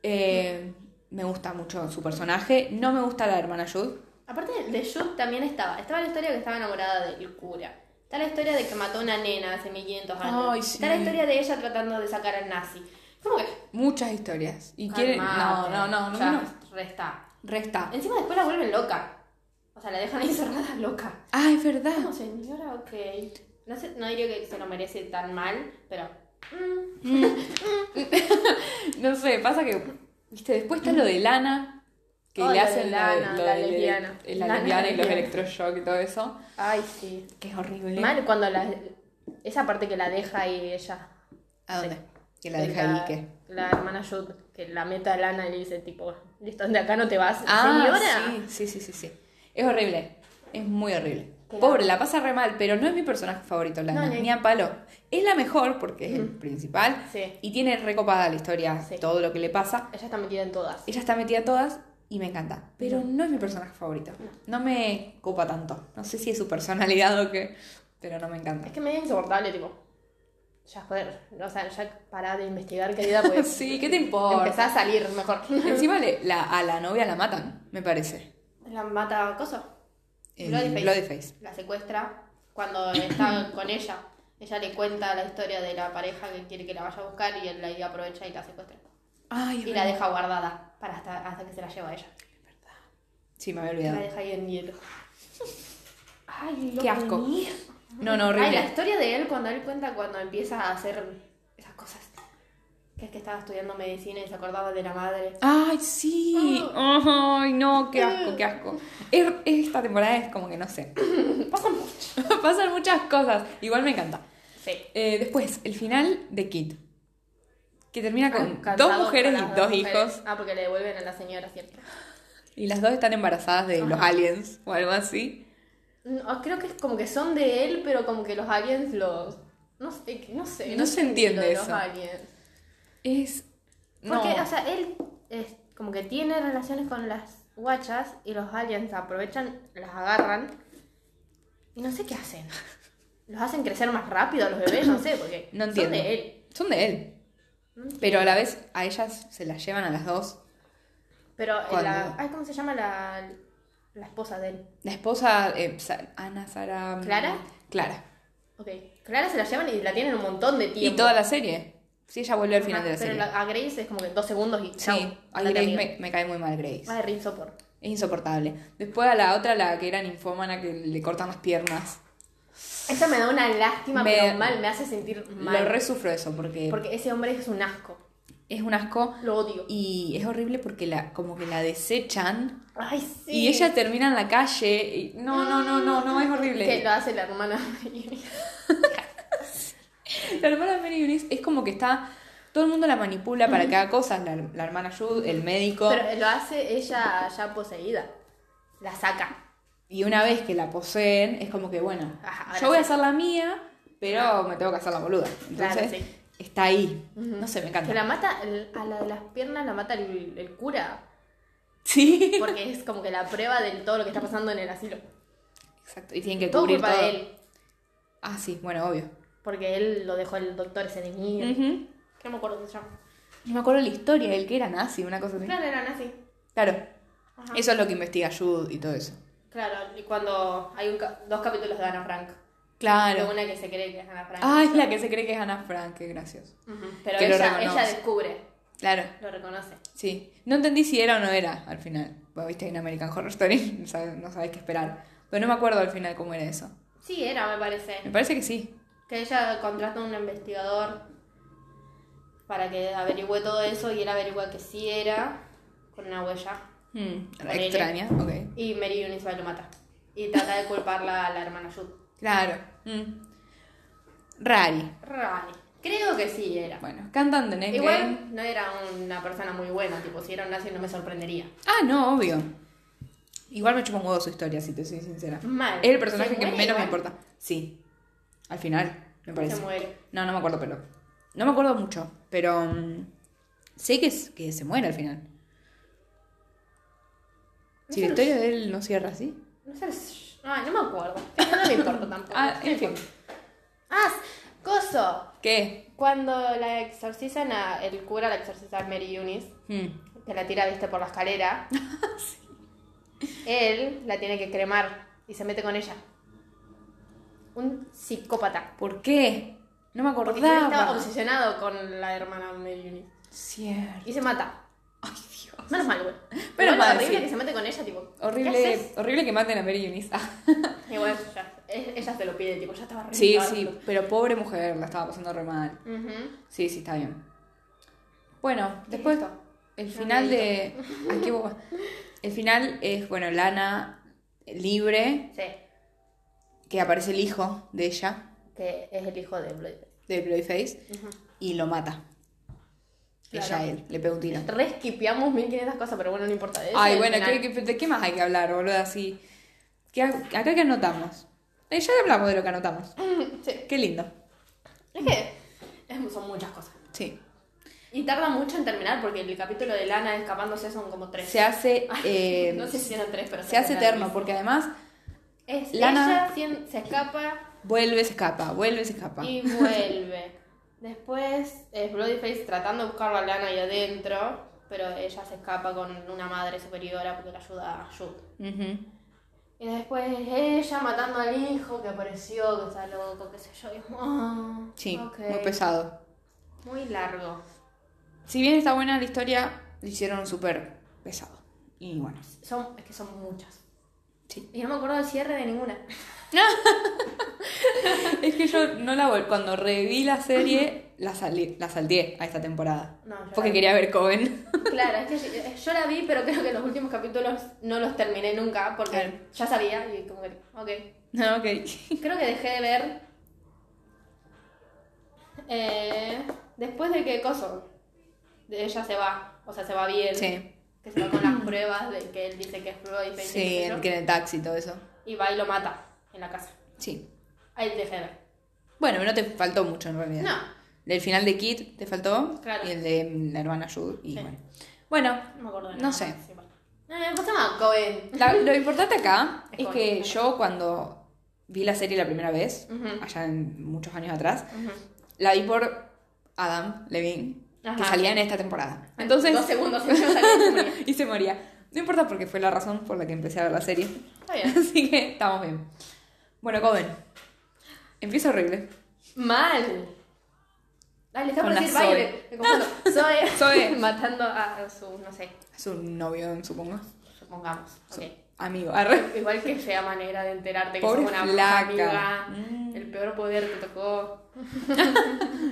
Speaker 1: Eh, me gusta mucho su personaje. No me gusta la hermana Jude.
Speaker 2: Aparte de Jude también estaba. Estaba la historia que estaba enamorada del cura. Está la historia de que mató a una nena hace 1500 años.
Speaker 1: Ay, sí.
Speaker 2: Está la historia de ella tratando de sacar al nazi. ¿Cómo que?
Speaker 1: Muchas historias. Y quiere. No,
Speaker 2: Calmate.
Speaker 1: no, no, no,
Speaker 2: Ya,
Speaker 1: no.
Speaker 2: Resta.
Speaker 1: Resta.
Speaker 2: Encima después la vuelven loca. O sea, la dejan ahí cerrada loca.
Speaker 1: Ah, es verdad.
Speaker 2: No, señora, ok. No, sé, no diría que se lo merece tan mal, pero. mm,
Speaker 1: No sé, pasa que. Viste, después está lo de Lana. Que
Speaker 2: Oh,
Speaker 1: le
Speaker 2: lo
Speaker 1: hacen lo
Speaker 2: de
Speaker 1: de-
Speaker 2: Lana,
Speaker 1: lo
Speaker 2: la
Speaker 1: del-
Speaker 2: lesbiana.
Speaker 1: el- La
Speaker 2: Lana,
Speaker 1: lesbiana y los
Speaker 2: lesbiana.
Speaker 1: electroshock y todo eso.
Speaker 2: Ay, sí.
Speaker 1: Que es horrible.
Speaker 2: Mal cuando la. Esa parte que la deja ahí ella.
Speaker 1: ¿A dónde? Que la
Speaker 2: de
Speaker 1: deja ahí, ¿qué?
Speaker 2: La hermana Jude, que la mete a Lana y le dice, tipo, listo, de acá no te vas. señora.
Speaker 1: Ah, Sí, sí, sí, sí, sí. Es horrible. Es muy horrible.
Speaker 2: Claro.
Speaker 1: Pobre, la pasa re mal, pero no es mi personaje favorito, Lana.
Speaker 2: No, ni- Mm.
Speaker 1: ni a palo. Es la mejor porque es el principal.
Speaker 2: Sí.
Speaker 1: Y tiene recopada la historia,
Speaker 2: Sí.
Speaker 1: todo lo que le pasa.
Speaker 2: Ella está metida en todas.
Speaker 1: Ella está metida a todas y me encanta. Pero no es mi personaje favorito. No me copa tanto. No sé si es su personalidad o qué, pero no me encanta.
Speaker 2: Es que medio insoportable, tipo. Ya, joder. O sea, ya pará de investigar, querida, porque.
Speaker 1: Sí, ¿qué te importa?
Speaker 2: Empezá a salir mejor.
Speaker 1: Encima le- la- a la novia la matan, me parece.
Speaker 2: La mata Coso.
Speaker 1: Eh,
Speaker 2: Bloodyface.
Speaker 1: Bloodyface.
Speaker 2: La secuestra cuando está con ella. Ella le cuenta la historia de la pareja que quiere que la vaya a buscar y él la y aprovecha y la secuestra.
Speaker 1: Ay, es
Speaker 2: Y la
Speaker 1: verdad.
Speaker 2: deja guardada para hasta, hasta que se la lleva a ella.
Speaker 1: Sí, me había
Speaker 2: La
Speaker 1: olvidado.
Speaker 2: deja ahí en hielo. Ay, lo
Speaker 1: Qué asco.
Speaker 2: mío.
Speaker 1: No, no,
Speaker 2: Ay, la
Speaker 1: horrible.
Speaker 2: historia de él cuando él cuenta cuando empieza a hacer esas cosas. Que es que estaba estudiando medicina y se acordaba de la madre.
Speaker 1: Ay, sí. Ay, no, qué asco, qué asco. Es- esta temporada es como que no sé.
Speaker 2: Pasan mucho.
Speaker 1: Pasan muchas cosas. Igual me encanta.
Speaker 2: Sí.
Speaker 1: Eh, después, el final de Kid. Que termina con
Speaker 2: Cansado
Speaker 1: dos mujeres
Speaker 2: con
Speaker 1: y
Speaker 2: las
Speaker 1: dos
Speaker 2: mujeres.
Speaker 1: hijos.
Speaker 2: Ah, porque le devuelven a la señora, ¿cierto?
Speaker 1: Y las dos están embarazadas de los aliens o algo así.
Speaker 2: No, ah, creo que es como que son de él, pero como que los aliens los. No sé, no sé.
Speaker 1: No se
Speaker 2: sé
Speaker 1: entiende
Speaker 2: lo de Los
Speaker 1: eso.
Speaker 2: aliens.
Speaker 1: Es. No.
Speaker 2: Porque, o sea, él es como que tiene relaciones con las guachas y los aliens aprovechan, las agarran y no sé qué hacen. Los hacen crecer más rápido a los bebés, no sé, porque
Speaker 1: no
Speaker 2: son
Speaker 1: entiendo.
Speaker 2: de él.
Speaker 1: Son de él. Pero a la vez a ellas se las llevan a las dos.
Speaker 2: Pero eh,
Speaker 1: Cuando-
Speaker 2: la. Ay, ¿cómo se llama la, la esposa de él?
Speaker 1: La esposa, eh, Sa- Ana, Sara. mm,
Speaker 2: ¿Clara?
Speaker 1: Clara.
Speaker 2: Ok. Clara se la llevan y la tienen un montón de
Speaker 1: Y
Speaker 2: tiempo.
Speaker 1: toda la serie. Sí, ella vuelve al final
Speaker 2: Ajá,
Speaker 1: de la
Speaker 2: pero
Speaker 1: serie.
Speaker 2: la- a Grace es como que dos segundos y chao.
Speaker 1: Sí, a
Speaker 2: andate,
Speaker 1: Grace
Speaker 2: amiga.
Speaker 1: me, me cae muy mal Grace.
Speaker 2: Más de Rin Sopor.
Speaker 1: Es insoportable. Después a la otra, la que era ninfómana, que le cortan las piernas.
Speaker 2: Esa me da una lástima,
Speaker 1: Me-
Speaker 2: pero mal, me hace sentir mal.
Speaker 1: Lo resufro eso porque
Speaker 2: Porque ese hombre es un asco.
Speaker 1: es un asco.
Speaker 2: Lo odio.
Speaker 1: Y es horrible porque la, como que la desechan.
Speaker 2: Ay, sí.
Speaker 1: Y ella termina en la calle. y- No, no, no, no, no, es
Speaker 2: Que
Speaker 1: horrible.
Speaker 2: lo hace la hermana.
Speaker 1: La hermana de Mary Eunice es como que está. Todo el mundo la manipula para que haga cosas. La, la hermana Jude, el médico.
Speaker 2: Pero lo hace ella ya poseída. La saca.
Speaker 1: Y una vez que la poseen, es como que, bueno,
Speaker 2: Ajá, ahora
Speaker 1: yo voy a
Speaker 2: sí.
Speaker 1: hacer la mía, pero me tengo que hacer la boluda.
Speaker 2: Claro,
Speaker 1: Entonces,
Speaker 2: sí.
Speaker 1: está ahí.
Speaker 2: Ujú.
Speaker 1: No sé, me encanta.
Speaker 2: Que la mata, el- a la de las piernas la mata el, el cura.
Speaker 1: Sí.
Speaker 2: Porque es como que la prueba de todo lo que está pasando en el asilo.
Speaker 1: Exacto. Y tienen que
Speaker 2: Todo
Speaker 1: cubrir
Speaker 2: culpa
Speaker 1: todo.
Speaker 2: de él.
Speaker 1: Ah, sí, bueno, obvio.
Speaker 2: Porque él lo dejó el doctor ese niño.
Speaker 1: Ujú.
Speaker 2: Que no me acuerdo qué se llama.
Speaker 1: No me acuerdo la historia, del que era nazi, una cosa así.
Speaker 2: Claro, eran así.
Speaker 1: Claro.
Speaker 2: Ajá.
Speaker 1: Eso es lo que investiga Jude y todo eso.
Speaker 2: Claro, y cuando hay un ca- dos capítulos de Ana Frank.
Speaker 1: Claro.
Speaker 2: De Una que se cree que es Ana Frank.
Speaker 1: Ah, es la que se cree que es Ana Frank, qué gracioso.
Speaker 2: Ujú. Pero
Speaker 1: que lo
Speaker 2: ella, ella
Speaker 1: reconoce.
Speaker 2: descubre,
Speaker 1: Claro,
Speaker 2: lo reconoce.
Speaker 1: sí. No entendí si era o no era al final. Bueno, viste en American Horror Story, no sabes, no sabés qué esperar. Pero no me acuerdo al final cómo era eso.
Speaker 2: Sí, era, me
Speaker 1: Me
Speaker 2: parece.
Speaker 1: parece que sí.
Speaker 2: Que ella contrata a un investigador para que averigüe todo eso y él averigua que sí era con una huella.
Speaker 1: Hmm,
Speaker 2: Ponele.
Speaker 1: Extraña, ok.
Speaker 2: Y Mary Unisba lo mata. Y trata de culparla a la hermana Jude.
Speaker 1: Claro.
Speaker 2: Hmm.
Speaker 1: mm. Rari.
Speaker 2: Rari. Creo que sí era.
Speaker 1: Bueno, Eh, cantan The Next Game.
Speaker 2: Igual no era una persona muy buena, tipo, si era un nazi no me sorprendería.
Speaker 1: Ah, no, obvio. Igual me chupa un huevo su historia, si te soy sincera.
Speaker 2: Mal.
Speaker 1: Es el personaje
Speaker 2: Mm. ¿Se
Speaker 1: que
Speaker 2: muere
Speaker 1: menos me
Speaker 2: igual?
Speaker 1: importa. Sí. Al final, me parece.
Speaker 2: Se muere.
Speaker 1: No, no me acuerdo, pero. No me acuerdo mucho, pero. mm, sé que, es- que se muere al final. Si la
Speaker 2: Eso-
Speaker 1: historia de él no cierra así.
Speaker 2: No sé. Ay, no me acuerdo. No me importa tampoco.
Speaker 1: Ah, en fin.
Speaker 2: Ah, coso.
Speaker 1: ¿Qué?
Speaker 2: Cuando la exorcizan a el cura, la exorciza a Mary Eunice,
Speaker 1: Hmm.
Speaker 2: que la tira, viste, por la escalera. Él la tiene que cremar y se mete con ella. Un psicópata.
Speaker 1: ¿Por qué? No me
Speaker 2: Porque él estaba
Speaker 1: acordaba.
Speaker 2: obsesionado con la hermana Mary Eunice.
Speaker 1: Cierto.
Speaker 2: Y se mata.
Speaker 1: Ay, Dios.
Speaker 2: Menos mal, güey.
Speaker 1: Pero
Speaker 2: Igual
Speaker 1: mal,
Speaker 2: lo horrible
Speaker 1: sí.
Speaker 2: que se mete con ella, tipo. ¿qué haces?
Speaker 1: Horrible, horrible que maten a Mary Eunice. Ah.
Speaker 2: Igual ya, e- ella se lo pide, tipo, ya estaba re
Speaker 1: Sí,
Speaker 2: estaba
Speaker 1: sí,
Speaker 2: re-
Speaker 1: pero pobre mujer, la estaba pasando re mal.
Speaker 2: Ujú.
Speaker 1: Sí, sí, está bien. Bueno,
Speaker 2: ¿Qué
Speaker 1: después
Speaker 2: es esto?
Speaker 1: el
Speaker 2: No
Speaker 1: final
Speaker 2: me
Speaker 1: de... Ay, qué boba. El final es, bueno, Lana libre,
Speaker 2: Sí,
Speaker 1: que aparece el hijo de ella,
Speaker 2: que es el hijo de Blood.
Speaker 1: de Blurryface,
Speaker 2: Ujú.
Speaker 1: y lo mata.
Speaker 2: Claro.
Speaker 1: Ella a él, le pega un tiro.
Speaker 2: Re esquipeamos 1500 cosas, pero bueno, no importa. Ese es
Speaker 1: Ay,
Speaker 2: el
Speaker 1: bueno, ¿qué,
Speaker 2: final.
Speaker 1: qué- de qué más hay que hablar, boludo? Así... ¿Qué ha- ¿Acá qué anotamos? Eh, ya hablamos de lo que anotamos.
Speaker 2: Sí.
Speaker 1: Qué lindo.
Speaker 2: Es que es- son muchas cosas.
Speaker 1: Sí.
Speaker 2: Y tarda mucho en terminar porque el capítulo de Lana escapándose son como tres.
Speaker 1: Se hace... eh,
Speaker 2: no sé si eran tres, pero
Speaker 1: se hace
Speaker 2: eran
Speaker 1: eterno, porque además
Speaker 2: tres. Es
Speaker 1: Lana-
Speaker 2: ella sien- se escapa
Speaker 1: vuelve, se escapa, vuelve, se escapa.
Speaker 2: y vuelve. Después es Bloodyface tratando de buscar a Lana ahí adentro, pero ella se escapa con una madre superiora porque le ayuda a Jude.
Speaker 1: Ujú.
Speaker 2: Y después ella matando al hijo que apareció, que está loco, qué sé yo. y es como, ah,
Speaker 1: Sí,
Speaker 2: ok.
Speaker 1: muy pesado.
Speaker 2: Muy largo.
Speaker 1: Si bien está buena la historia, lo hicieron súper pesado. Y bueno.
Speaker 2: Son, es que son muchas.
Speaker 1: Sí.
Speaker 2: Y no me acuerdo del cierre de ninguna.
Speaker 1: Es que yo no la vol- Cuando reví la serie, la, salí- la salté a esta temporada.
Speaker 2: No, yo
Speaker 1: porque
Speaker 2: la-
Speaker 1: quería ver Coven.
Speaker 2: Claro, es que sí, eh, yo la vi, pero creo que los últimos capítulos no los terminé nunca porque
Speaker 1: Claro.
Speaker 2: ya sabía y como que, ok.
Speaker 1: No, Ah, ok.
Speaker 2: Creo que dejé de ver. eh, después de que Coso, de ella se va, o sea, se va bien.
Speaker 1: Sí.
Speaker 2: Que se va con las pruebas de que él dice que es prueba y
Speaker 1: Sí, en, que en el taxi y todo eso.
Speaker 2: Y va y lo mata en la casa.
Speaker 1: Sí.
Speaker 2: Ahí dejé de ver.
Speaker 1: Bueno, no te faltó mucho en realidad.
Speaker 2: No,
Speaker 1: Del final de Kit te faltó.
Speaker 2: Claro.
Speaker 1: Y el de la hermana Jude. Y
Speaker 2: Sí.
Speaker 1: bueno. Bueno,
Speaker 2: no me acuerdo de
Speaker 1: No
Speaker 2: nada.
Speaker 1: sé.
Speaker 2: Sí, bueno. Eh, pasamos a Cohen.
Speaker 1: La- lo importante acá
Speaker 2: Es
Speaker 1: es
Speaker 2: como-
Speaker 1: que yo cuando vi la serie la primera vez,
Speaker 2: Ujú.
Speaker 1: allá en muchos años atrás,
Speaker 2: Ujú.
Speaker 1: la vi por Adam Levine, que
Speaker 2: Ajá.
Speaker 1: salía en esta temporada. Entonces,
Speaker 2: Dos segundos. yo salí.
Speaker 1: y se moría. No importa porque fue la razón por la que empecé a ver la serie.
Speaker 2: Está bien.
Speaker 1: Así que estamos bien. Bueno, Coven. Empieza horrible.
Speaker 2: Mal. Dale, está por
Speaker 1: Con la
Speaker 2: decir
Speaker 1: Zoe.
Speaker 2: Violet. Me confundo. Zoe.
Speaker 1: Zoe.
Speaker 2: matando a su, no sé,
Speaker 1: Es un novio, supongo.
Speaker 2: supongamos.
Speaker 1: Su
Speaker 2: Ok.
Speaker 1: Amigo. Arre.
Speaker 2: Igual que fea manera de enterarte que
Speaker 1: Pobre
Speaker 2: sos una
Speaker 1: flaca.
Speaker 2: amiga.
Speaker 1: Mm.
Speaker 2: El peor poder te tocó.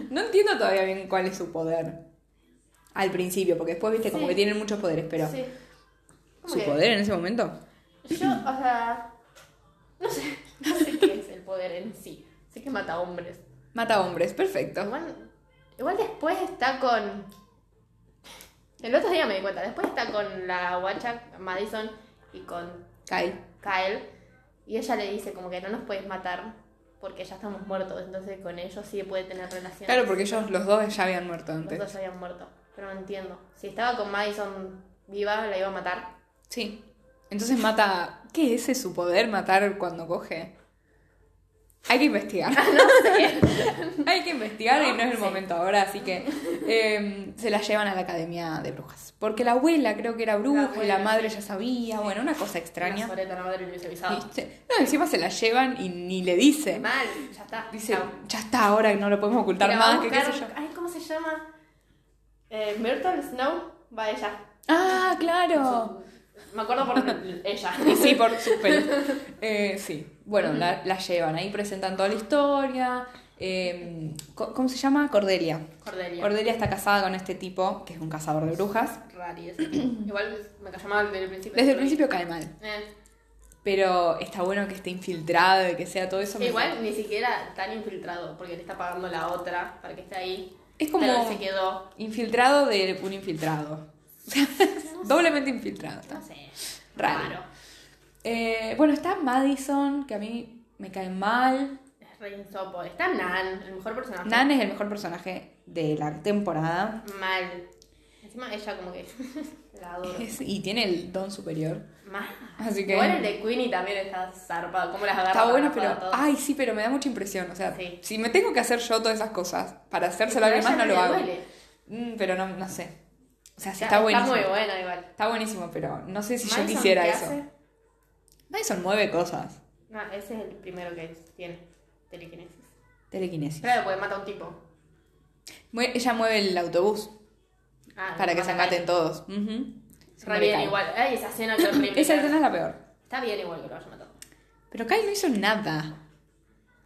Speaker 1: No entiendo todavía bien cuál es su poder. Al principio, porque después viste como
Speaker 2: Sí.
Speaker 1: que tienen muchos poderes, pero
Speaker 2: Sí. Como
Speaker 1: su
Speaker 2: que
Speaker 1: poder en ese momento.
Speaker 2: Yo, o sea, no sé, no sé qué es el poder en sí. Sé que mata hombres.
Speaker 1: Mata hombres, perfecto.
Speaker 2: Igual, igual después está con. El otro día me di cuenta. Después está con la guacha Madison y con
Speaker 1: Kyle.
Speaker 2: Kyle. Y ella le dice como que no nos puedes matar. porque ya estamos muertos, entonces con ellos sí puede tener relaciones.
Speaker 1: Claro, porque ellos los dos ya habían muerto
Speaker 2: Los dos
Speaker 1: antes.
Speaker 2: ya habían muerto, pero no entiendo. Si estaba con Madison viva, la iba a matar.
Speaker 1: Sí. Entonces mata. ¿Qué es ese su poder matar cuando coge? Hay que investigar. Hay que investigar y no es el
Speaker 2: Sí.
Speaker 1: momento ahora, así que eh, se la llevan a la academia de brujas. Porque la abuela creo que era bruja y
Speaker 2: abuela,
Speaker 1: la madre
Speaker 2: sí.
Speaker 1: ya sabía, bueno, una cosa extraña.
Speaker 2: La soreta, la madre le hubiese avisado.
Speaker 1: ¿Viste? No, encima se la llevan y ni le dice.
Speaker 2: Mal, ya está.
Speaker 1: Dice,
Speaker 2: Chao.
Speaker 1: ya está, ahora no lo podemos ocultar
Speaker 2: Mira,
Speaker 1: más,
Speaker 2: va a
Speaker 1: que qué sé yo.
Speaker 2: buscar- Ay, ¿cómo se llama? Eh, Myrtle Snow va ella.
Speaker 1: Ah, claro.
Speaker 2: Me acuerdo por ella.
Speaker 1: Y sí, por sus pelos. Eh, sí, bueno, la, la llevan, ahí presentan toda la historia. eh, co- ¿Cómo se llama? Cordelia.
Speaker 2: Cordelia.
Speaker 1: Cordelia está casada con este tipo, que es un cazador de brujas.
Speaker 2: Rari ese. Igual me cayó mal desde el principio.
Speaker 1: Desde el principio cae mal,
Speaker 2: Eh,
Speaker 1: pero está bueno que esté infiltrado y que sea todo eso.
Speaker 2: que igual ni siquiera tan infiltrado, porque le está pagando la otra para que esté ahí.
Speaker 1: Es como-
Speaker 2: Pero se quedó.
Speaker 1: Infiltrado de un infiltrado.
Speaker 2: Ah,
Speaker 1: Doblemente infiltrado.
Speaker 2: No sé.
Speaker 1: Raro.
Speaker 2: Raro.
Speaker 1: Eh, bueno, está Madison, que a mí me cae mal.
Speaker 2: Es re insopo. Está Nan, el mejor personaje.
Speaker 1: Nan es el mejor personaje de la temporada.
Speaker 2: Mal. Encima ella como que la adoro.
Speaker 1: Es- y tiene el don superior.
Speaker 2: Mal.
Speaker 1: Así que-
Speaker 2: Igual el de Queenie también está zarpado. Como las agarra.
Speaker 1: Está bueno,
Speaker 2: para
Speaker 1: pero.
Speaker 2: todo.
Speaker 1: Ay, sí, pero me da mucha impresión. O sea,
Speaker 2: Sí.
Speaker 1: si me tengo que hacer yo todas esas cosas para hacérselo a
Speaker 2: Pero
Speaker 1: alguien más,
Speaker 2: a
Speaker 1: no
Speaker 2: ella
Speaker 1: lo
Speaker 2: no
Speaker 1: hago.
Speaker 2: le duele.
Speaker 1: Mm, pero no, no sé. O sea, sí,
Speaker 2: Está,
Speaker 1: está, buenísimo.
Speaker 2: muy buena igual.
Speaker 1: Está buenísimo, pero no sé si
Speaker 2: Madison,
Speaker 1: yo quisiera
Speaker 2: ¿qué
Speaker 1: eso.
Speaker 2: hace?
Speaker 1: Madison mueve cosas.
Speaker 2: No, ese es el primero que tiene telequinesis.
Speaker 1: Telequinesis.
Speaker 2: Claro, porque mata a un tipo.
Speaker 1: Mue- ella mueve el autobús
Speaker 2: Ah,
Speaker 1: para que
Speaker 2: mata
Speaker 1: se
Speaker 2: a
Speaker 1: maten
Speaker 2: Mike.
Speaker 1: todos. Ujú. Se
Speaker 2: Re
Speaker 1: muere
Speaker 2: bien
Speaker 1: Kyle.
Speaker 2: igual. Ay, esa escena que horrible.
Speaker 1: Esa escena es la peor.
Speaker 2: Está bien igual que lo haya matado.
Speaker 1: Pero Kyle no hizo nada.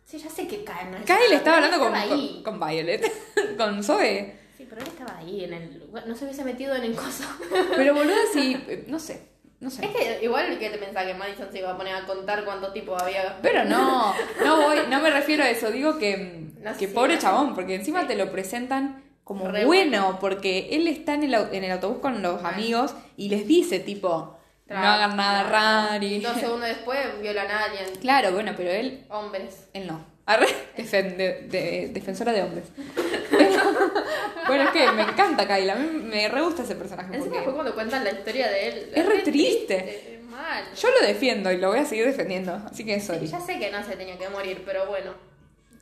Speaker 2: Sí, ya sé que Kyle no es-
Speaker 1: Kyle estaba hablando
Speaker 2: Estaba
Speaker 1: con,
Speaker 2: ahí.
Speaker 1: con, con Violet, con Zoe.
Speaker 2: Sí, pero él estaba ahí en el lugar. No se hubiese metido en el coso.
Speaker 1: Pero boludo, sí, eh, no sé, no sé.
Speaker 2: es que igual que te pensaba que Madison se iba a poner a contar cuántos tipos había.
Speaker 1: Pero no, no voy, no me refiero a eso, digo que, mm,
Speaker 2: No,
Speaker 1: que
Speaker 2: sí,
Speaker 1: pobre
Speaker 2: no.
Speaker 1: chabón, porque encima te lo presentan como
Speaker 2: Re
Speaker 1: bueno, porque él está en el, au- en el autobús con los
Speaker 2: Ah.
Speaker 1: amigos y les dice tipo, no hagan nada raro. y-
Speaker 2: Dos segundos después violan a alguien.
Speaker 1: Claro, bueno, pero él,
Speaker 2: Hombres.
Speaker 1: él no. Arre, defen- de- de- defensora de hombres. bueno, es que me encanta Kyle, a mí me re gusta ese personaje.
Speaker 2: Encima
Speaker 1: porque-
Speaker 2: fue cuando cuentan la historia de él.
Speaker 1: Es re triste.
Speaker 2: es Mal.
Speaker 1: Yo lo defiendo y lo voy a seguir defendiendo, así que sorry.
Speaker 2: Ya sé que no se tenía que morir, pero bueno.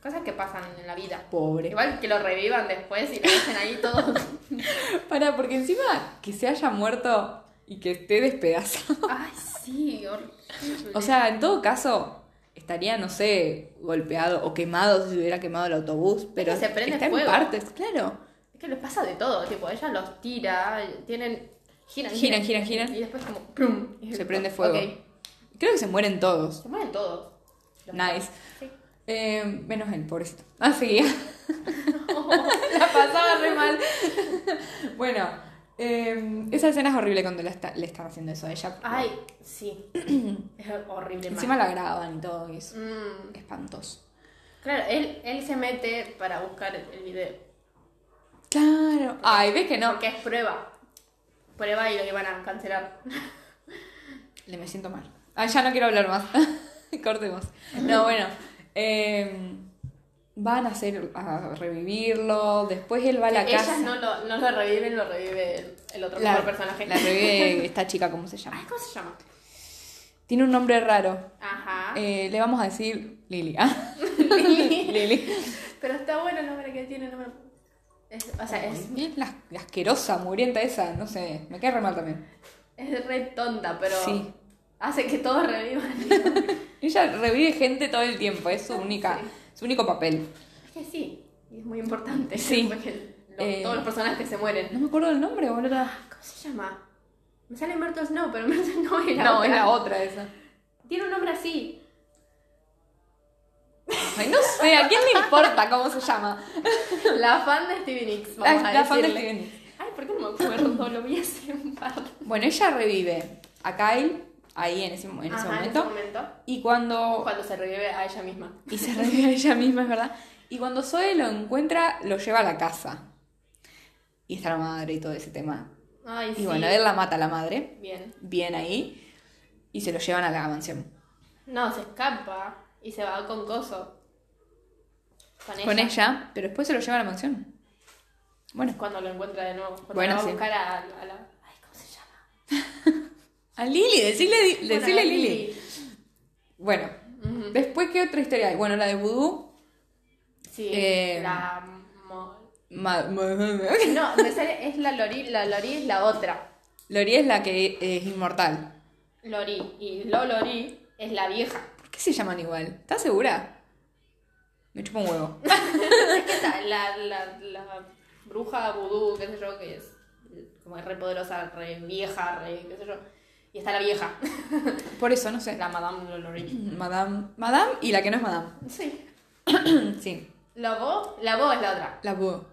Speaker 2: Cosas que pasan en la vida.
Speaker 1: Pobre.
Speaker 2: Igual que lo revivan después y lo dejen ahí todo.
Speaker 1: Para, porque encima que se haya muerto y que esté despedazado.
Speaker 2: Ay, sí, horrible.
Speaker 1: O sea, en todo caso, estaría, no sé, golpeado o quemado si se hubiera quemado el autobús, pero
Speaker 2: que se prende
Speaker 1: está
Speaker 2: fuego.
Speaker 1: en partes, claro.
Speaker 2: es que les pasa de todo. Tipo, ella los tira, tienen. Giran,
Speaker 1: Giran, giran, giran.
Speaker 2: Y después, como. ¡prum! Y
Speaker 1: Se prende fuego.
Speaker 2: Ok.
Speaker 1: Creo que se mueren todos.
Speaker 2: Se mueren todos. Los-
Speaker 1: Nice.
Speaker 2: Sí.
Speaker 1: Eh, menos el pobrecito. Ah, sí. la pasaba re mal. bueno, eh, esa escena es horrible cuando la está- le están haciendo eso a ella. porque
Speaker 2: Ay, sí. es horrible. Ah, mal.
Speaker 1: encima la graban y todo, y es
Speaker 2: Mm,
Speaker 1: espantoso.
Speaker 2: claro, él, él se mete para buscar el, el video.
Speaker 1: Claro. Ay, ves que no.
Speaker 2: Porque es prueba. Prueba y lo iban a cancelar.
Speaker 1: Le me siento mal. Ah, ya no quiero hablar más. Cortemos. No, bueno. eh, van a hacer a revivirlo. Después él va a la
Speaker 2: Ellas
Speaker 1: casa.
Speaker 2: no lo, no lo reviven, lo revive el, el otro
Speaker 1: la,
Speaker 2: mejor personaje.
Speaker 1: la revive esta chica, ¿cómo se llama?
Speaker 2: Ay, ¿cómo se llama?
Speaker 1: Tiene un nombre raro.
Speaker 2: Ajá.
Speaker 1: Eh, le vamos a decir Lili. Ah,
Speaker 2: Lili.
Speaker 1: Lili.
Speaker 2: Pero está bueno el nombre que tiene. No me... es, o sea, es,
Speaker 1: Bien la, la asquerosa, mugrienta esa. No sé. Me cae re mal también.
Speaker 2: es re tonta, pero
Speaker 1: Sí.
Speaker 2: hace que todos revivan.
Speaker 1: Ella revive gente todo el tiempo. Es su única,
Speaker 2: Sí.
Speaker 1: su único papel.
Speaker 2: es que sí, y es muy importante.
Speaker 1: Sí.
Speaker 2: Porque lo-
Speaker 1: Eh.
Speaker 2: todos los personajes se mueren.
Speaker 1: No me acuerdo el nombre, boludo.
Speaker 2: ¿Cómo se llama? Me sale Myrtle Snow, pero Myrtle Snow es la
Speaker 1: No,
Speaker 2: otra.
Speaker 1: es la otra esa.
Speaker 2: Tiene un nombre así.
Speaker 1: Ay, no sé, ¿a quién le importa cómo se llama?
Speaker 2: La fan de Stevie Nicks,
Speaker 1: La,
Speaker 2: vamos a
Speaker 1: Ah, la fan de
Speaker 2: decirle.
Speaker 1: Steven Nicks.
Speaker 2: Ay, ¿por qué no me acuerdo? Lo vi hace un par. de-
Speaker 1: Bueno, ella revive a Kyle ahí en ese, en ese
Speaker 2: Ajá,
Speaker 1: momento.
Speaker 2: En ese momento.
Speaker 1: Y cuando.
Speaker 2: Cuando se revive a ella misma.
Speaker 1: Y se revive a ella misma, es verdad. Y cuando Zoe lo encuentra, lo lleva a la casa. Y está la madre y todo ese tema.
Speaker 2: Ay,
Speaker 1: Y
Speaker 2: sí.
Speaker 1: bueno, él la mata a la madre.
Speaker 2: Bien.
Speaker 1: Bien ahí. Y se lo llevan a la mansión.
Speaker 2: No, se escapa y se va con Coso. Con ella.
Speaker 1: con ella, pero después se lo lleva a la mansión. Bueno,
Speaker 2: Cuando lo encuentra de nuevo. Cuando
Speaker 1: Bueno,
Speaker 2: la va
Speaker 1: sí.
Speaker 2: a buscar a, a la. Ay, ¿cómo se llama?
Speaker 1: a Lily, decirle,
Speaker 2: Bueno, a
Speaker 1: Lily. Bueno,
Speaker 2: Ujú.
Speaker 1: después, ¿qué otra historia hay? Bueno, la de Voodoo.
Speaker 2: Sí.
Speaker 1: Eh,
Speaker 2: La. mo-
Speaker 1: Ma-
Speaker 2: No, me sale, es la Lori, la Lori es la otra.
Speaker 1: Lori es la que es inmortal.
Speaker 2: Lori. Y Lo Lori es la vieja.
Speaker 1: ¿Por qué se llaman igual? ¿Estás segura? Me chupa un huevo.
Speaker 2: Es que esa- la, la, la bruja vudú, qué sé yo, que es como es re poderosa, re vieja, re qué sé yo. Y está la vieja,
Speaker 1: Por eso, no sé.
Speaker 2: la Madame Lolori.
Speaker 1: Madame. Madame y la que no es Madame.
Speaker 2: Sí.
Speaker 1: Sí,
Speaker 2: La voz, la voz es la otra.
Speaker 1: la Voodoo.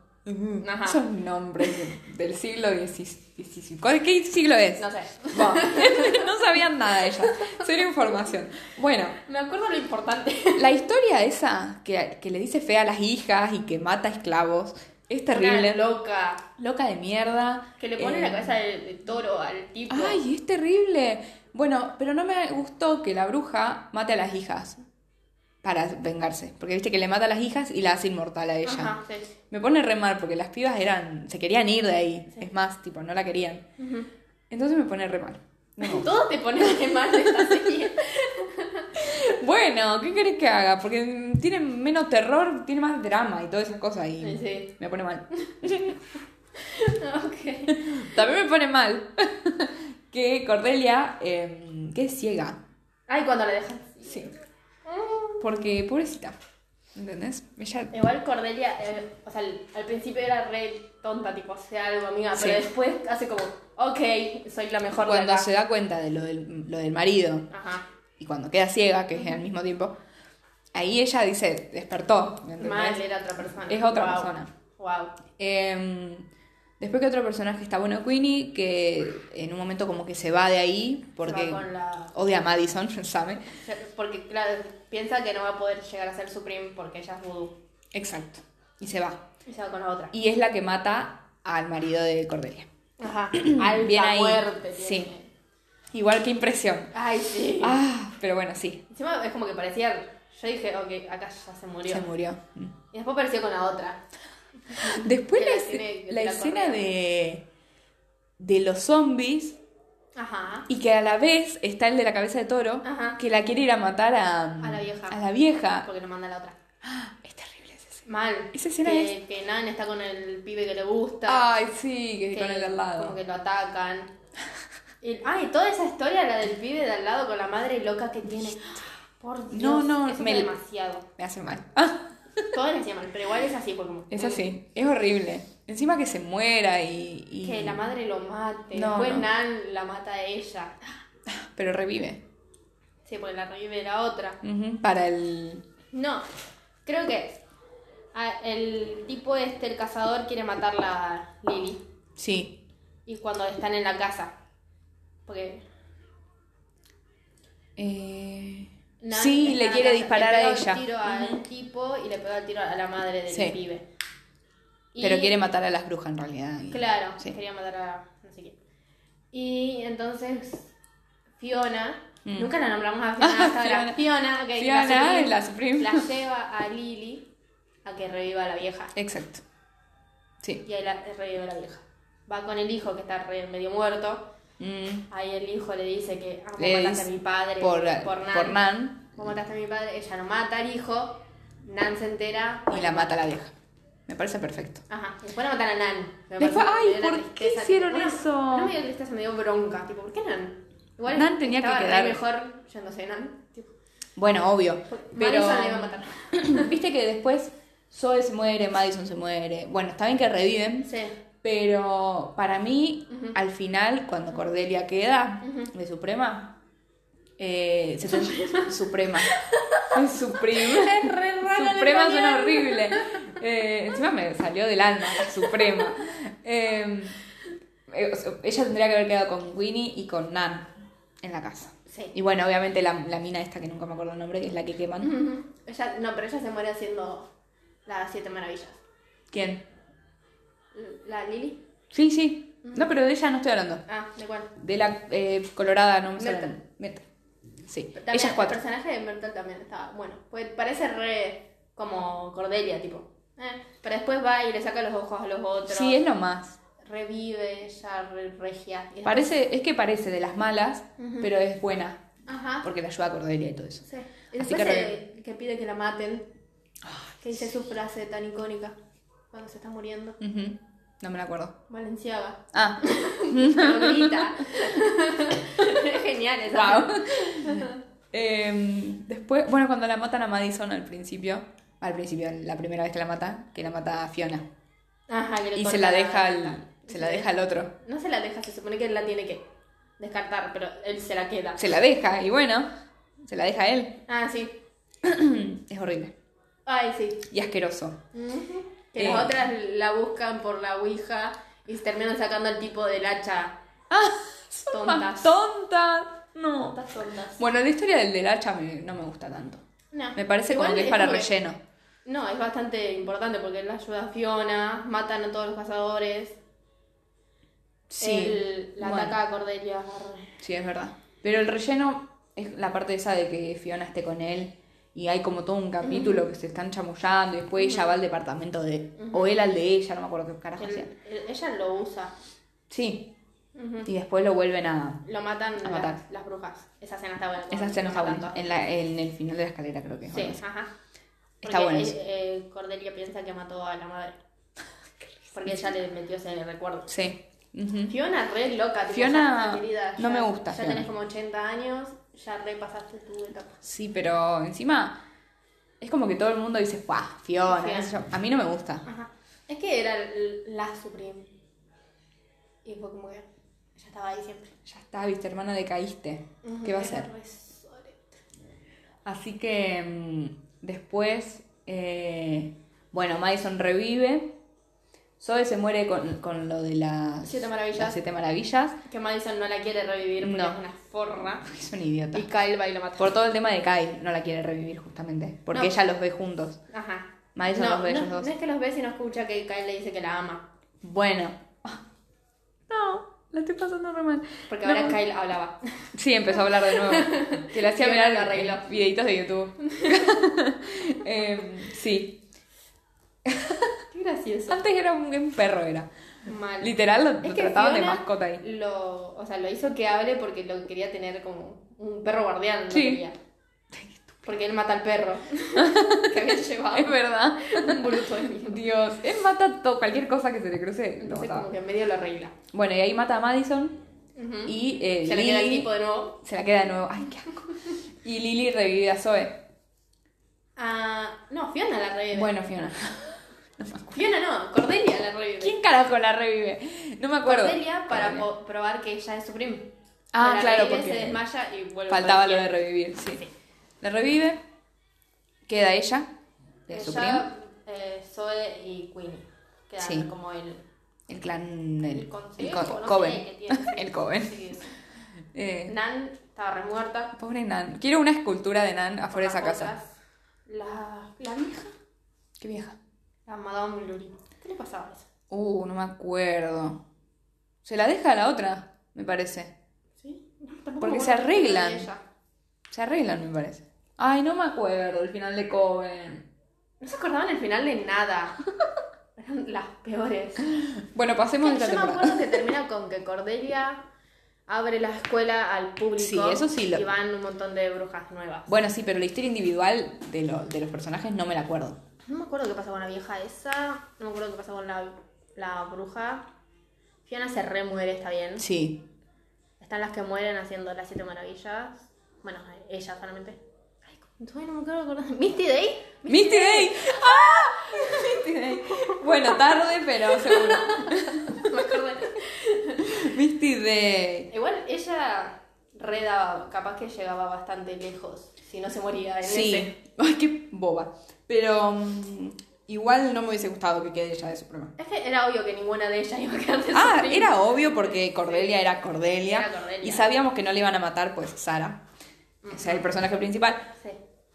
Speaker 2: Ajá.
Speaker 1: Son nombres de- del siglo XVII. ¿Cuál- ¿Qué siglo es?
Speaker 2: No sé.
Speaker 1: Bueno, no sabían nada ellas. Cero información. Bueno,
Speaker 2: Me acuerdo lo importante.
Speaker 1: la historia esa que, que le dice fea a las hijas y que mata esclavos es terrible.
Speaker 2: Una loca.
Speaker 1: Loca de mierda.
Speaker 2: Que le pone
Speaker 1: Eh,
Speaker 2: la cabeza de, de toro al tipo.
Speaker 1: Ay, es terrible. Bueno, pero no me gustó que la bruja mate a las hijas para vengarse. Porque viste que le mata a las hijas y la hace inmortal a ella.
Speaker 2: Ajá, sí.
Speaker 1: Me pone re mal porque las pibas eran. se querían ir de ahí. Es más, tipo, no la querían. Entonces me pone re mal. No me gusta.
Speaker 2: Todo te pone de mal de esta serie.
Speaker 1: Bueno, ¿qué querés que haga? Porque mm, tiene menos terror, tiene más drama y todas esas cosas y
Speaker 2: Sí, sí.
Speaker 1: me pone mal.
Speaker 2: ok.
Speaker 1: También me pone mal que Cordelia, eh, que es ciega.
Speaker 2: Ay, cuando la dejan.
Speaker 1: Sí. Porque pobrecita, ¿entendés? Ella...
Speaker 2: Igual Cordelia, eh, o sea, al, al principio era re tonta, tipo, sea algo amiga,
Speaker 1: Sí.
Speaker 2: pero después hace como, ok, soy la mejor de
Speaker 1: Cuando
Speaker 2: acá.
Speaker 1: se da cuenta de lo del, lo del marido
Speaker 2: Ajá.
Speaker 1: y cuando queda ciega, que es al mismo tiempo, ahí ella dice, despertó. ¿entendés?
Speaker 2: Mal, era otra persona.
Speaker 1: Es otra
Speaker 2: Guau.
Speaker 1: persona.
Speaker 2: Guau.
Speaker 1: Eh, después que otro personaje está bueno, Queenie, que en un momento como que se va de ahí porque
Speaker 2: Se va con la-
Speaker 1: odia a Madison, ¿sabe?
Speaker 2: O sea, Porque, claro, piensa que no va a poder llegar a ser Supreme porque ella es vudú.
Speaker 1: Exacto. Y se va.
Speaker 2: Y se va con la otra.
Speaker 1: Y es la que mata al marido de Cordelia.
Speaker 2: Ajá. Alta
Speaker 1: Bien ahí.
Speaker 2: muerte.
Speaker 1: Sí.
Speaker 2: tiene.
Speaker 1: Igual que impresión.
Speaker 2: Ay, sí.
Speaker 1: Ah, pero bueno, sí.
Speaker 2: Encima es como que parecía, yo dije, ok, acá ya se murió.
Speaker 1: Se murió. Mm.
Speaker 2: Y después pareció con la otra.
Speaker 1: Después
Speaker 2: Que
Speaker 1: la,
Speaker 2: la
Speaker 1: esce-
Speaker 2: tiene que
Speaker 1: la
Speaker 2: la
Speaker 1: escena
Speaker 2: correa.
Speaker 1: de, de los zombies
Speaker 2: Ajá.
Speaker 1: y que a la vez está el de la cabeza de toro
Speaker 2: Ajá.
Speaker 1: que la quiere ir a matar a,
Speaker 2: A la vieja.
Speaker 1: a la vieja.
Speaker 2: Ah. Porque lo manda la otra.
Speaker 1: Es terrible ese escena.
Speaker 2: Mal.
Speaker 1: Esa escena
Speaker 2: que, que Nan está con el pibe que le gusta.
Speaker 1: Ay, sí, que,
Speaker 2: que
Speaker 1: con el de al lado.
Speaker 2: Como que lo atacan. Y, ay, toda esa historia, la del pibe de al lado con la madre loca que tiene. Por Dios,
Speaker 1: No, no,
Speaker 2: eso
Speaker 1: me-
Speaker 2: fue demasiado.
Speaker 1: Me hace mal. Ah,
Speaker 2: Todo le hacía mal, pero igual es así, fue como.
Speaker 1: es así, es horrible. Encima que se muera y... y-
Speaker 2: Que la madre lo mate.
Speaker 1: No,
Speaker 2: Después
Speaker 1: no.
Speaker 2: Nan la mata a ella.
Speaker 1: Pero revive.
Speaker 2: Sí, porque la revive la otra.
Speaker 1: Ujú, Para el...
Speaker 2: No, creo que ah, el tipo este, el cazador, quiere matar a Lily.
Speaker 1: Sí.
Speaker 2: Y cuando están en la casa. Porque
Speaker 1: Eh,
Speaker 2: Nan
Speaker 1: sí,
Speaker 2: está
Speaker 1: le
Speaker 2: en la
Speaker 1: quiere
Speaker 2: casa,
Speaker 1: disparar
Speaker 2: le
Speaker 1: a
Speaker 2: pega
Speaker 1: ella.
Speaker 2: El tiro al tipo y le pegó el tiro a la madre del
Speaker 1: Sí.
Speaker 2: pibe. Y-
Speaker 1: Pero quiere matar a las brujas en realidad. y-
Speaker 2: Claro,
Speaker 1: Sí.
Speaker 2: quería matar a no sé quién. Y entonces Fiona,
Speaker 1: Mm.
Speaker 2: nunca la nombramos a Fiona hasta ahora. Fiona, ok,
Speaker 1: Fiona,
Speaker 2: Supreme,
Speaker 1: la Supreme.
Speaker 2: la lleva a Lily a que reviva a la vieja.
Speaker 1: Exacto. Sí.
Speaker 2: Y ahí la revive la vieja. Va con el hijo que está re- medio muerto.
Speaker 1: Mm,
Speaker 2: Ahí el hijo le dice que ah, vos
Speaker 1: le
Speaker 2: mataste a
Speaker 1: dice-
Speaker 2: mi padre
Speaker 1: por,
Speaker 2: Nan.
Speaker 1: por Nan,
Speaker 2: Vos mataste a mi padre, ella lo mata al hijo, Nan se entera.
Speaker 1: y la mata a la vieja. Me parece perfecto.
Speaker 2: Ajá, y después la matan a Nan. Me
Speaker 1: Después-
Speaker 2: parece-
Speaker 1: ay,
Speaker 2: me dio una
Speaker 1: ¿por qué
Speaker 2: tristeza,
Speaker 1: hicieron
Speaker 2: tipo, una-
Speaker 1: eso?
Speaker 2: No me dio tristeza, me dio bronca. Tipo, ¿por qué Nan? Igual
Speaker 1: Nan tenía que
Speaker 2: estaba re
Speaker 1: quedar-
Speaker 2: mejor yéndose Nan. Tipo,
Speaker 1: Bueno, obvio. Pero.
Speaker 2: Madison la iba a matar.
Speaker 1: Viste que después Zoe se muere, Madison se muere. Bueno, está bien que reviven.
Speaker 2: Sí.
Speaker 1: Pero para mí, al final, cuando Cordelia queda de Suprema, eh, se ten- Suprema. Es Suprema.
Speaker 2: Es re raro el
Speaker 1: Suprema suena
Speaker 2: español.
Speaker 1: horrible. Eh, encima me salió del alma, Suprema. Eh, eh, o sea, ella tendría que haber quedado con Winnie y con Nan en la casa.
Speaker 2: Sí.
Speaker 1: Y bueno, obviamente la, la mina esta que nunca me acuerdo el nombre, que es la que queman.
Speaker 2: Ujú. Ella, no, pero ella se muere haciendo las siete maravillas.
Speaker 1: ¿Quién?
Speaker 2: ¿La Lily?
Speaker 1: Sí, sí. No, pero de ella no estoy hablando.
Speaker 2: Ah, ¿de cuál?
Speaker 1: De la eh, colorada, no me sale.
Speaker 2: Myrtle.
Speaker 1: el nombre. Myrtle. Sí,
Speaker 2: También
Speaker 1: ellas cuatro.
Speaker 2: El personaje de Myrtle también estaba bueno. Pues parece re Como Cordelia, tipo. eh, Pero después va y le saca los ojos a los otros.
Speaker 1: Sí, es lo más.
Speaker 2: Revive ya re- regia. y después-
Speaker 1: Parece, es que parece de las malas, pero es buena.
Speaker 2: Ajá.
Speaker 1: Porque le ayuda a Cordelia y todo eso.
Speaker 2: Sí. Y
Speaker 1: Así
Speaker 2: después
Speaker 1: que
Speaker 2: eh, que, pide que la maten. Que dice su frase tan icónica cuando se está muriendo.
Speaker 1: Ujú, No me la acuerdo.
Speaker 2: Valenciaga.
Speaker 1: Ah,
Speaker 2: Pero grita. es genial esa.
Speaker 1: wow. Em, después, bueno, cuando la matan a Madison al principio, al principio, la primera vez que la mata, que la mata a Fiona.
Speaker 2: Ajá, que le
Speaker 1: Y
Speaker 2: corta
Speaker 1: se la deja al,
Speaker 2: y
Speaker 1: se la deja al otro.
Speaker 2: No se la deja, se supone que él la tiene que descartar, pero él se la queda.
Speaker 1: Se la deja, y bueno, se la deja a él.
Speaker 2: Ah, sí.
Speaker 1: Es horrible.
Speaker 2: Ay, sí.
Speaker 1: Y asqueroso.
Speaker 2: Que
Speaker 1: Eh.
Speaker 2: las otras la buscan por la ouija y se terminan sacando al tipo del hacha.
Speaker 1: Tontas.
Speaker 2: Tontas.
Speaker 1: Tontas. No.
Speaker 2: Tontas, tontas.
Speaker 1: Bueno, la historia del del hacha me- no me gusta tanto.
Speaker 2: No.
Speaker 1: Me parece
Speaker 2: Igual
Speaker 1: como que es para
Speaker 2: como que-
Speaker 1: relleno.
Speaker 2: No, es bastante importante porque él ayuda a Fiona, matan a todos los cazadores.
Speaker 1: Sí.
Speaker 2: Él la
Speaker 1: bueno,
Speaker 2: ataca a Cordelia.
Speaker 1: Sí, es verdad. Pero el relleno es la parte esa de que Fiona esté con él y hay como todo un capítulo que se están chamullando y después ella va al departamento de... O él al de ella, no me acuerdo qué carajo
Speaker 2: Él-
Speaker 1: hacía.
Speaker 2: él- ella lo usa.
Speaker 1: Sí.
Speaker 2: Ujú.
Speaker 1: Y después lo vuelven a...
Speaker 2: Lo matan
Speaker 1: A
Speaker 2: las,
Speaker 1: matar.
Speaker 2: las brujas. Esa escena está buena.
Speaker 1: Esa escena está
Speaker 2: Lo
Speaker 1: buena.
Speaker 2: matan
Speaker 1: En, la- en el final de la escalera creo que es.
Speaker 2: todos.
Speaker 1: o algo
Speaker 2: Sí,
Speaker 1: así.
Speaker 2: ajá.
Speaker 1: Está
Speaker 2: Porque
Speaker 1: bueno
Speaker 2: él-
Speaker 1: eso.
Speaker 2: eh, Cordelia piensa que mató a la madre. Porque ella le metió ese recuerdo.
Speaker 1: Sí. Ujú.
Speaker 2: Fiona re loca. tipo,
Speaker 1: Fiona,
Speaker 2: ya, querida,
Speaker 1: no
Speaker 2: ya-
Speaker 1: me gusta,
Speaker 2: Ya
Speaker 1: Fiona.
Speaker 2: tenés como 80 años, ya repasaste tu etapa.
Speaker 1: Sí, pero encima es como que todo el mundo dice, ¡guau! Fiona,
Speaker 2: Fiona.
Speaker 1: qué sé yo. A mí no me gusta.
Speaker 2: Ajá. Es que era l- la Supreme. Y fue como que ella estaba ahí siempre.
Speaker 1: Ya está, viste, hermana, decaíste. ¿Qué va a
Speaker 2: Era
Speaker 1: ser?
Speaker 2: re sorete.
Speaker 1: Así que mm, después, eh, bueno, Madison revive. Zoe se muere con, con lo de las
Speaker 2: Siete maravillas.
Speaker 1: las siete maravillas.
Speaker 2: Que Madison no la quiere revivir porque
Speaker 1: No.
Speaker 2: es una forra.
Speaker 1: Es una idiota.
Speaker 2: Y Kyle va y lo mata.
Speaker 1: Por todo el tema de Kyle, no la quiere revivir justamente. Porque
Speaker 2: No.
Speaker 1: ella los ve juntos.
Speaker 2: Ajá.
Speaker 1: Madison
Speaker 2: no,
Speaker 1: los ve
Speaker 2: no,
Speaker 1: ellos dos.
Speaker 2: No es que los ve, sino escucha que Kyle le dice que la ama.
Speaker 1: Bueno. No, la estoy pasando re mal.
Speaker 2: Porque
Speaker 1: No.
Speaker 2: ahora Kyle hablaba.
Speaker 1: Sí, empezó a hablar de nuevo. Que le hacía
Speaker 2: Fiona
Speaker 1: mirar
Speaker 2: lo arregló.
Speaker 1: eh, videitos de YouTube. Em, sí.
Speaker 2: Qué gracioso.
Speaker 1: Antes era un, un perro, era.
Speaker 2: Mal.
Speaker 1: Literal, lo,
Speaker 2: Es
Speaker 1: lo
Speaker 2: que
Speaker 1: trataban de
Speaker 2: Fiona
Speaker 1: mascota ahí.
Speaker 2: Lo, o sea, lo hizo que hable porque lo quería tener como un perro guardián. lo
Speaker 1: Sí.
Speaker 2: quería. Porque él mata al perro que había llevado.
Speaker 1: Es verdad.
Speaker 2: un bruto de mierda.
Speaker 1: Dios, él mata todo, cualquier cosa que se le cruce. Lo
Speaker 2: Entonces
Speaker 1: mataba.
Speaker 2: como que en medio lo arregla.
Speaker 1: Bueno, y ahí mata a Madison.
Speaker 2: Ujú.
Speaker 1: Y eh,
Speaker 2: Se le queda el
Speaker 1: Lily-
Speaker 2: tipo de nuevo.
Speaker 1: se la queda de nuevo. Ay, qué asco. Y Lily revive a Zoe.
Speaker 2: Ah, no, Fiona la revive.
Speaker 1: Bueno, Fiona.
Speaker 2: Fiona no, Cordelia la revive.
Speaker 1: ¿Quién carajo la revive? No me acuerdo.
Speaker 2: Cordelia para
Speaker 1: Cordelia.
Speaker 2: po- probar que ella es su prima.
Speaker 1: Ah,
Speaker 2: La
Speaker 1: claro,
Speaker 2: revive,
Speaker 1: porque-
Speaker 2: se desmaya y vuelve.
Speaker 1: Faltaba
Speaker 2: con
Speaker 1: lo
Speaker 2: ella.
Speaker 1: de revivir, sí. La revive. Queda ella. De su primo.
Speaker 2: Ella, eh, Zoe y Queenie. Quedan
Speaker 1: Sí.
Speaker 2: como el,
Speaker 1: El clan. El,
Speaker 2: el consejo.
Speaker 1: el co-
Speaker 2: no sé qué
Speaker 1: coven.
Speaker 2: tiene.
Speaker 1: el coven.
Speaker 2: Sí.
Speaker 1: Eh,
Speaker 2: Nan estaba re muerta.
Speaker 1: pobre Nan. Quiero una escultura de Nan afuera de esa
Speaker 2: Las
Speaker 1: casa.
Speaker 2: otras. La, la vieja,
Speaker 1: Qué vieja.
Speaker 2: la Madame Lully. ¿Qué le pasaba a esa?
Speaker 1: Uh, no me acuerdo. Se la deja a la otra, me parece.
Speaker 2: ¿Sí? No, tampoco
Speaker 1: Porque
Speaker 2: me
Speaker 1: se
Speaker 2: acuerdo qué
Speaker 1: arreglan.
Speaker 2: era de ella.
Speaker 1: Se arreglan, me parece. Ay, no me acuerdo el final de Coven.
Speaker 2: No se acordaban el final de nada. Eran las peores.
Speaker 1: Bueno, pasemos de esta
Speaker 2: yo me
Speaker 1: temporada.
Speaker 2: acuerdo que termina con que Cordelia abre la escuela al público.
Speaker 1: Sí, eso sí lo-
Speaker 2: Y van un montón de brujas nuevas.
Speaker 1: Bueno, sí, pero la historia individual de, lo- de los personajes no me la acuerdo.
Speaker 2: No me acuerdo qué pasó con la vieja esa. No me acuerdo qué pasó con la, la bruja. Fiona se re muere, está bien.
Speaker 1: Sí.
Speaker 2: Están las que mueren haciendo las siete maravillas. Bueno, ella solamente. Ay, todavía no me acuerdo de acordar. ¿Misty Day?
Speaker 1: ¡Misty Day! ¡Ah! ¡Misty Day! Bueno, tarde, pero seguro.
Speaker 2: No me acuerdo.
Speaker 1: Misty Day.
Speaker 2: Igual ella redaba, capaz que llegaba bastante lejos, si no se moría en ese.
Speaker 1: Sí. Ay, qué boba. Pero mm, igual no me hubiese gustado que quede ella de Suprema.
Speaker 2: Es que era obvio que ninguna de ellas iba a quedar de
Speaker 1: Ah,
Speaker 2: Supreme.
Speaker 1: era obvio porque Cordelia era Cordelia.
Speaker 2: Era Cordelia.
Speaker 1: Y sabíamos que no le iban a matar, pues, Sara. O sea, el personaje principal.
Speaker 2: Sí.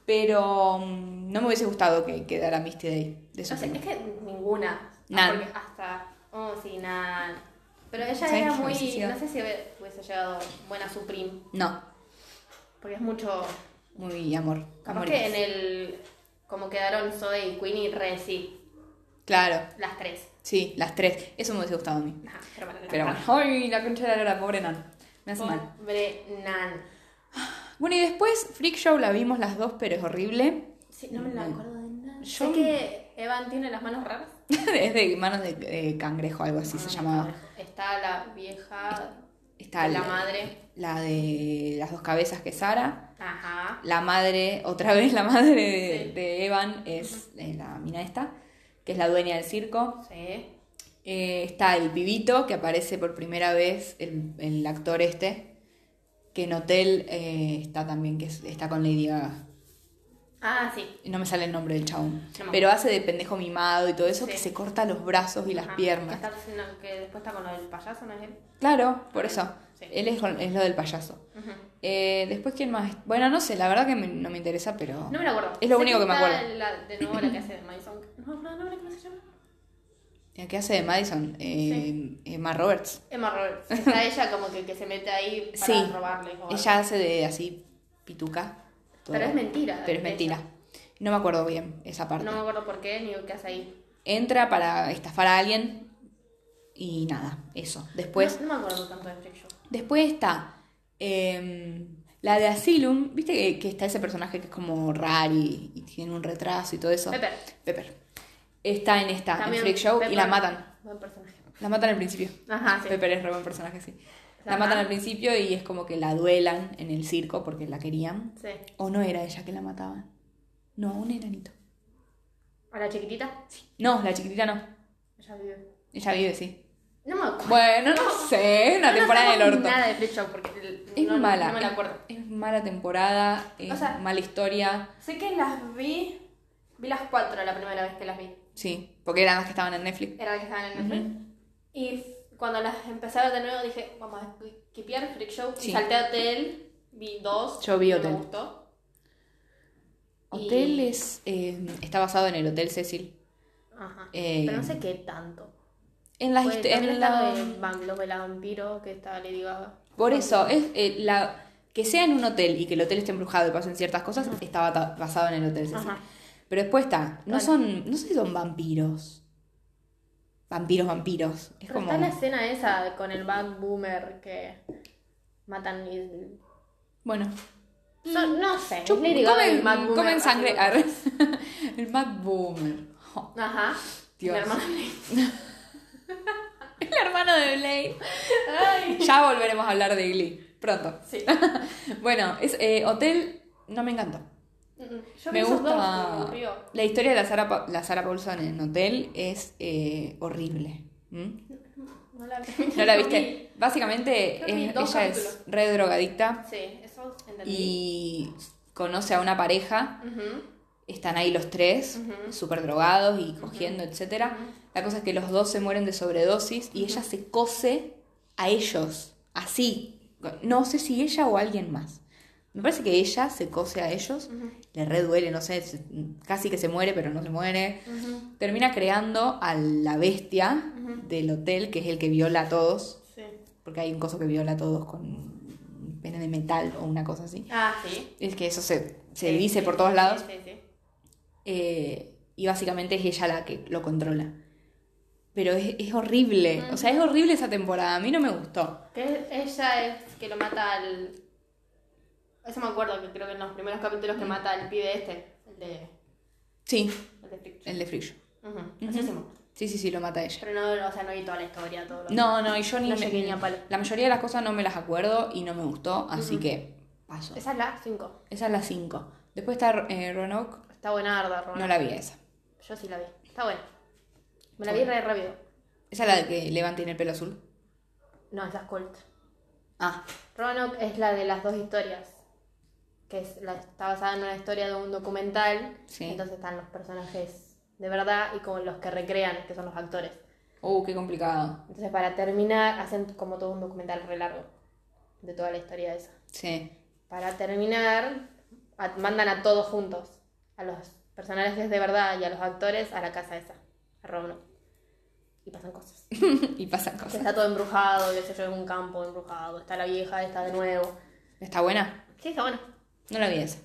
Speaker 1: Pero mm, no me hubiese gustado que quedara Misty Day de
Speaker 2: No sé,
Speaker 1: Suprema.
Speaker 2: es que ninguna.
Speaker 1: Nada.
Speaker 2: Porque hasta. Oh, sí, nada. Pero ella
Speaker 1: ¿Sabes
Speaker 2: era
Speaker 1: qué
Speaker 2: muy.
Speaker 1: hubiese sido?
Speaker 2: No sé si hubiese llegado buena Supreme.
Speaker 1: No.
Speaker 2: Porque es mucho.
Speaker 1: Muy amor.
Speaker 2: Capaz
Speaker 1: amor.
Speaker 2: que en el. como quedaron Zoe y Queenie re sí,
Speaker 1: Claro,
Speaker 2: las tres.
Speaker 1: sí, las tres. Eso me hubiese gustado a mí.
Speaker 2: Ajá, pero bueno, las
Speaker 1: Pero bueno,
Speaker 2: tres.
Speaker 1: ay, la concha de la lora, pobre Nan. Me hace mal.
Speaker 2: Pobre Nan.
Speaker 1: Bueno, y después Freak Show la vimos las dos, pero es horrible.
Speaker 2: Sí, no me la acuerdo de nada.
Speaker 1: Yo-
Speaker 2: Sé que Evan tiene las manos raras.
Speaker 1: es de manos de, de cangrejo, algo así se
Speaker 2: Ah,
Speaker 1: llamaba.
Speaker 2: Está la vieja,
Speaker 1: Está
Speaker 2: la madre.
Speaker 1: La de las dos cabezas que es Sara.
Speaker 2: Ajá.
Speaker 1: La madre, otra vez la madre de,
Speaker 2: Sí.
Speaker 1: de Evan es eh, la mina esta, que es la dueña del circo.
Speaker 2: Sí.
Speaker 1: Eh, está el pibito, que aparece por primera vez, el, el actor este, que en Hotel eh, está también, que es- está con Lady Gaga.
Speaker 2: Ah, sí.
Speaker 1: No me sale el nombre del chabón.
Speaker 2: No me
Speaker 1: Pero hace de pendejo mimado y todo eso,
Speaker 2: Sí.
Speaker 1: que se corta los brazos y las
Speaker 2: Ajá. Que,
Speaker 1: piernas.
Speaker 2: está diciendo que después está con lo del payaso, ¿no es él?
Speaker 1: Claro, por eso.
Speaker 2: Sí.
Speaker 1: Él es, con- es lo del payaso.
Speaker 2: Ujú.
Speaker 1: Eh, después, ¿quién más? Bueno, no sé, la verdad que me- no me interesa, pero...
Speaker 2: No me lo acuerdo.
Speaker 1: Es lo
Speaker 2: Sé
Speaker 1: único que me
Speaker 2: está
Speaker 1: acuerdo.
Speaker 2: la- de nuevo la que hace de Madison. No, no, no, ¿cómo se llama?
Speaker 1: ¿La que hace de Madison? Eh, Emma Roberts.
Speaker 2: Emma Roberts. Está ella como que, que se mete ahí para
Speaker 1: Sí.
Speaker 2: robarle. o algo.
Speaker 1: Ella hace de así pituca.
Speaker 2: Pero es mentira.
Speaker 1: Pero es mentira.
Speaker 2: ella.
Speaker 1: No me acuerdo bien esa parte.
Speaker 2: No me acuerdo por qué ni qué hace ahí.
Speaker 1: Entra para estafar a alguien y nada, eso. Después,
Speaker 2: No, no me acuerdo tanto de Freak Show.
Speaker 1: después está eh, la de Asylum. ¿Viste que, que está ese personaje que es como raro y, y tiene un retraso y todo eso?
Speaker 2: Pepper.
Speaker 1: Pepper. Está en esta,
Speaker 2: También
Speaker 1: en Freak Show, y
Speaker 2: Pepper,
Speaker 1: la matan.
Speaker 2: Buen personaje.
Speaker 1: La matan al principio.
Speaker 2: Ajá, sí.
Speaker 1: Pepper es re buen personaje, sí. La
Speaker 2: Ajá.
Speaker 1: matan al principio y es como que la duelan en el circo porque la querían.
Speaker 2: Sí.
Speaker 1: ¿O no era ella que la mataban? No, un enanito.
Speaker 2: ¿A la chiquitita?
Speaker 1: No, la chiquitita no.
Speaker 2: Ella vive.
Speaker 1: Ella vive, sí.
Speaker 2: No me acuerdo.
Speaker 1: Bueno, no sé, una
Speaker 2: No
Speaker 1: temporada
Speaker 2: sabemos
Speaker 1: del orto.
Speaker 2: nada de Freak Show porque
Speaker 1: Es
Speaker 2: no,
Speaker 1: mala.
Speaker 2: no me la acuerdo.
Speaker 1: Es, es mala temporada, es
Speaker 2: O sea-
Speaker 1: mala historia.
Speaker 2: Sé que las vi. Vi las cuatro la primera vez que las vi.
Speaker 1: Sí, porque eran las que estaban en Netflix.
Speaker 2: Era la que estaban en Netflix. Y f- cuando las empezaron de nuevo dije, vamos a skipear Freak Show.
Speaker 1: Sí.
Speaker 2: Y salté a Hotel, vi dos.
Speaker 1: Yo vi
Speaker 2: no
Speaker 1: Hotel.
Speaker 2: Me gustó.
Speaker 1: Hotel
Speaker 2: Y-
Speaker 1: es, eh, está basado en el Hotel Cecil.
Speaker 2: Ajá.
Speaker 1: Eh,
Speaker 2: Pero no sé qué tanto.
Speaker 1: En las
Speaker 2: Pues,
Speaker 1: histo-
Speaker 2: también
Speaker 1: en
Speaker 2: está
Speaker 1: la-
Speaker 2: lo de Van- lo de la vampiro que estaba Lady Gaga.
Speaker 1: Por eso, es eh, la que sea en un hotel y que el hotel esté embrujado y pasen ciertas cosas, está bata- basado en el hotel Cecil.
Speaker 2: Ajá.
Speaker 1: Pero después está, no
Speaker 2: Bueno.
Speaker 1: son, no sé si son vampiros. Vampiros, vampiros. Es
Speaker 2: Pero
Speaker 1: como.
Speaker 2: está la escena esa con el Bad Boomer que matan y...
Speaker 1: Bueno,
Speaker 2: No, no sé.
Speaker 1: Chup-
Speaker 2: Lady Gaga y
Speaker 1: comen,
Speaker 2: Bad Boomer
Speaker 1: comen sangre.
Speaker 2: haciendo-
Speaker 1: Arre. el Mad Boomer. Oh,
Speaker 2: Ajá.
Speaker 1: Dios.
Speaker 2: Mi hermana.
Speaker 1: el hermano de Blade.
Speaker 2: Ay.
Speaker 1: Ya volveremos a hablar de Glee. Pronto.
Speaker 2: Sí.
Speaker 1: Bueno, es, eh, Hotel no me encantó.
Speaker 2: Mm, Yo vi
Speaker 1: me
Speaker 2: esos dos,
Speaker 1: gusta.
Speaker 2: me aburrió.
Speaker 1: la historia de la Sara, Pa- la Sara Paulson en Hotel es eh, horrible. ¿Mm?
Speaker 2: No la vi.
Speaker 1: ¿No la
Speaker 2: vi.
Speaker 1: viste? Básicamente,
Speaker 2: Yo vi
Speaker 1: es-
Speaker 2: dos
Speaker 1: ella es
Speaker 2: capítulos.
Speaker 1: re drogadicta
Speaker 2: Sí, eso entendí.
Speaker 1: y conoce a una pareja.
Speaker 2: Ujú.
Speaker 1: Están ahí los tres,
Speaker 2: Ujú.
Speaker 1: súper drogados y cogiendo, etcétera.
Speaker 2: Ujú.
Speaker 1: La cosa es que los dos se mueren de sobredosis y ella se cose a ellos, así. No sé si ella o alguien más. Me parece que ella se cose a ellos,
Speaker 2: Ujú.
Speaker 1: le re duele, no sé, se- casi que se muere, pero no se muere.
Speaker 2: Ujú.
Speaker 1: Termina creando a la bestia
Speaker 2: Ujú.
Speaker 1: del hotel, que es el que viola a todos,
Speaker 2: Sí.
Speaker 1: porque hay un coso que viola a todos con un pene de metal o una cosa así.
Speaker 2: Ah, sí.
Speaker 1: Es que eso se, se
Speaker 2: Sí,
Speaker 1: dice
Speaker 2: sí,
Speaker 1: por todos
Speaker 2: sí,
Speaker 1: lados.
Speaker 2: Sí, sí.
Speaker 1: Eh, y básicamente es ella la que lo controla. Pero es, es horrible. O sea, es horrible esa temporada. A mí no me gustó.
Speaker 2: Que ella es que lo mata al. Eso me acuerdo que creo que en los primeros capítulos que
Speaker 1: Mm.
Speaker 2: mata al pibe este, el de.
Speaker 1: Sí,
Speaker 2: El de Frick.
Speaker 1: el de Frillo.
Speaker 2: Ujú, Eso sí me acuerdo.
Speaker 1: Sí, sí, sí, lo mata ella.
Speaker 2: Pero no, o sea, no vi toda la historia, todo lo
Speaker 1: No, no, y yo ni,
Speaker 2: No
Speaker 1: me-
Speaker 2: llegué ni a palo.
Speaker 1: La mayoría de las cosas no me las acuerdo y no me gustó, así que paso.
Speaker 2: Esa es la 5.
Speaker 1: Esa es la 5. Después está eh, Roanoke.
Speaker 2: Está buena Arda, Ron.
Speaker 1: No la vi esa.
Speaker 2: Yo sí la vi. Está buena. Me la vi re rápido.
Speaker 1: Esa es la de que Levan tiene el pelo azul.
Speaker 2: No, esa es Colt.
Speaker 1: Ah,
Speaker 2: Roanoke es la de las dos historias. Que es la, está basada en una historia de un documental.
Speaker 1: Sí.
Speaker 2: Entonces están los personajes de verdad y como los que recrean, que son los actores.
Speaker 1: uh, qué complicado.
Speaker 2: Entonces para terminar, hacen como todo un documental re largo de toda la historia esa.
Speaker 1: Sí.
Speaker 2: Para terminar, a- mandan a todos juntos, a los personajes de verdad y a los actores a la casa esa, a Roanoke. Y pasan cosas.
Speaker 1: y pasan
Speaker 2: Que
Speaker 1: cosas.
Speaker 2: está todo embrujado, qué sé yo, en un campo embrujado. Está la vieja, está de nuevo.
Speaker 1: ¿Está buena?
Speaker 2: Sí, está bueno.
Speaker 1: No la vi esa.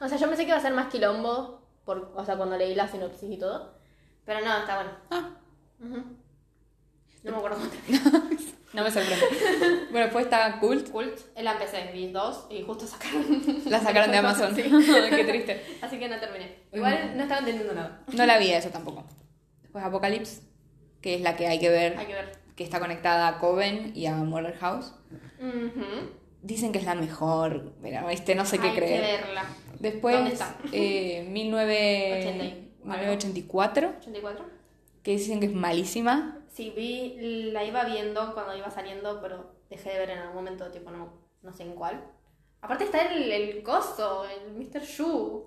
Speaker 2: O sea, yo pensé que iba a ser más quilombo por, o sea, cuando leí la sinopsis y todo. Pero no, está bueno.
Speaker 1: Ah.
Speaker 2: Ujú. No me acuerdo cómo terminó.
Speaker 1: No me sorprende. bueno, después está Cult.
Speaker 2: Cult, eh, la empecé, vi dos y justo sacaron.
Speaker 1: La sacaron de Amazon.
Speaker 2: Sí.
Speaker 1: Qué triste.
Speaker 2: Así que no terminé. Igual no estaba entendiendo nada.
Speaker 1: No la vi a eso tampoco. Después Apocalypse, que es la que hay que ver,
Speaker 2: Hay que ver.
Speaker 1: que está conectada a Coven y a Murder House.
Speaker 2: Ujú.
Speaker 1: Dicen que es la mejor, pero este no sé qué
Speaker 2: Hay
Speaker 1: creer.
Speaker 2: que verla.
Speaker 1: Después,
Speaker 2: ¿Dónde está?
Speaker 1: eh, 19...
Speaker 2: Ochenta y-
Speaker 1: 1984,
Speaker 2: 84.
Speaker 1: que dicen que es malísima.
Speaker 2: Sí, vi, la iba viendo cuando iba saliendo, pero dejé de ver en algún momento, tipo, no, no sé en cuál. Aparte está el, el coso, el Mr. Shu.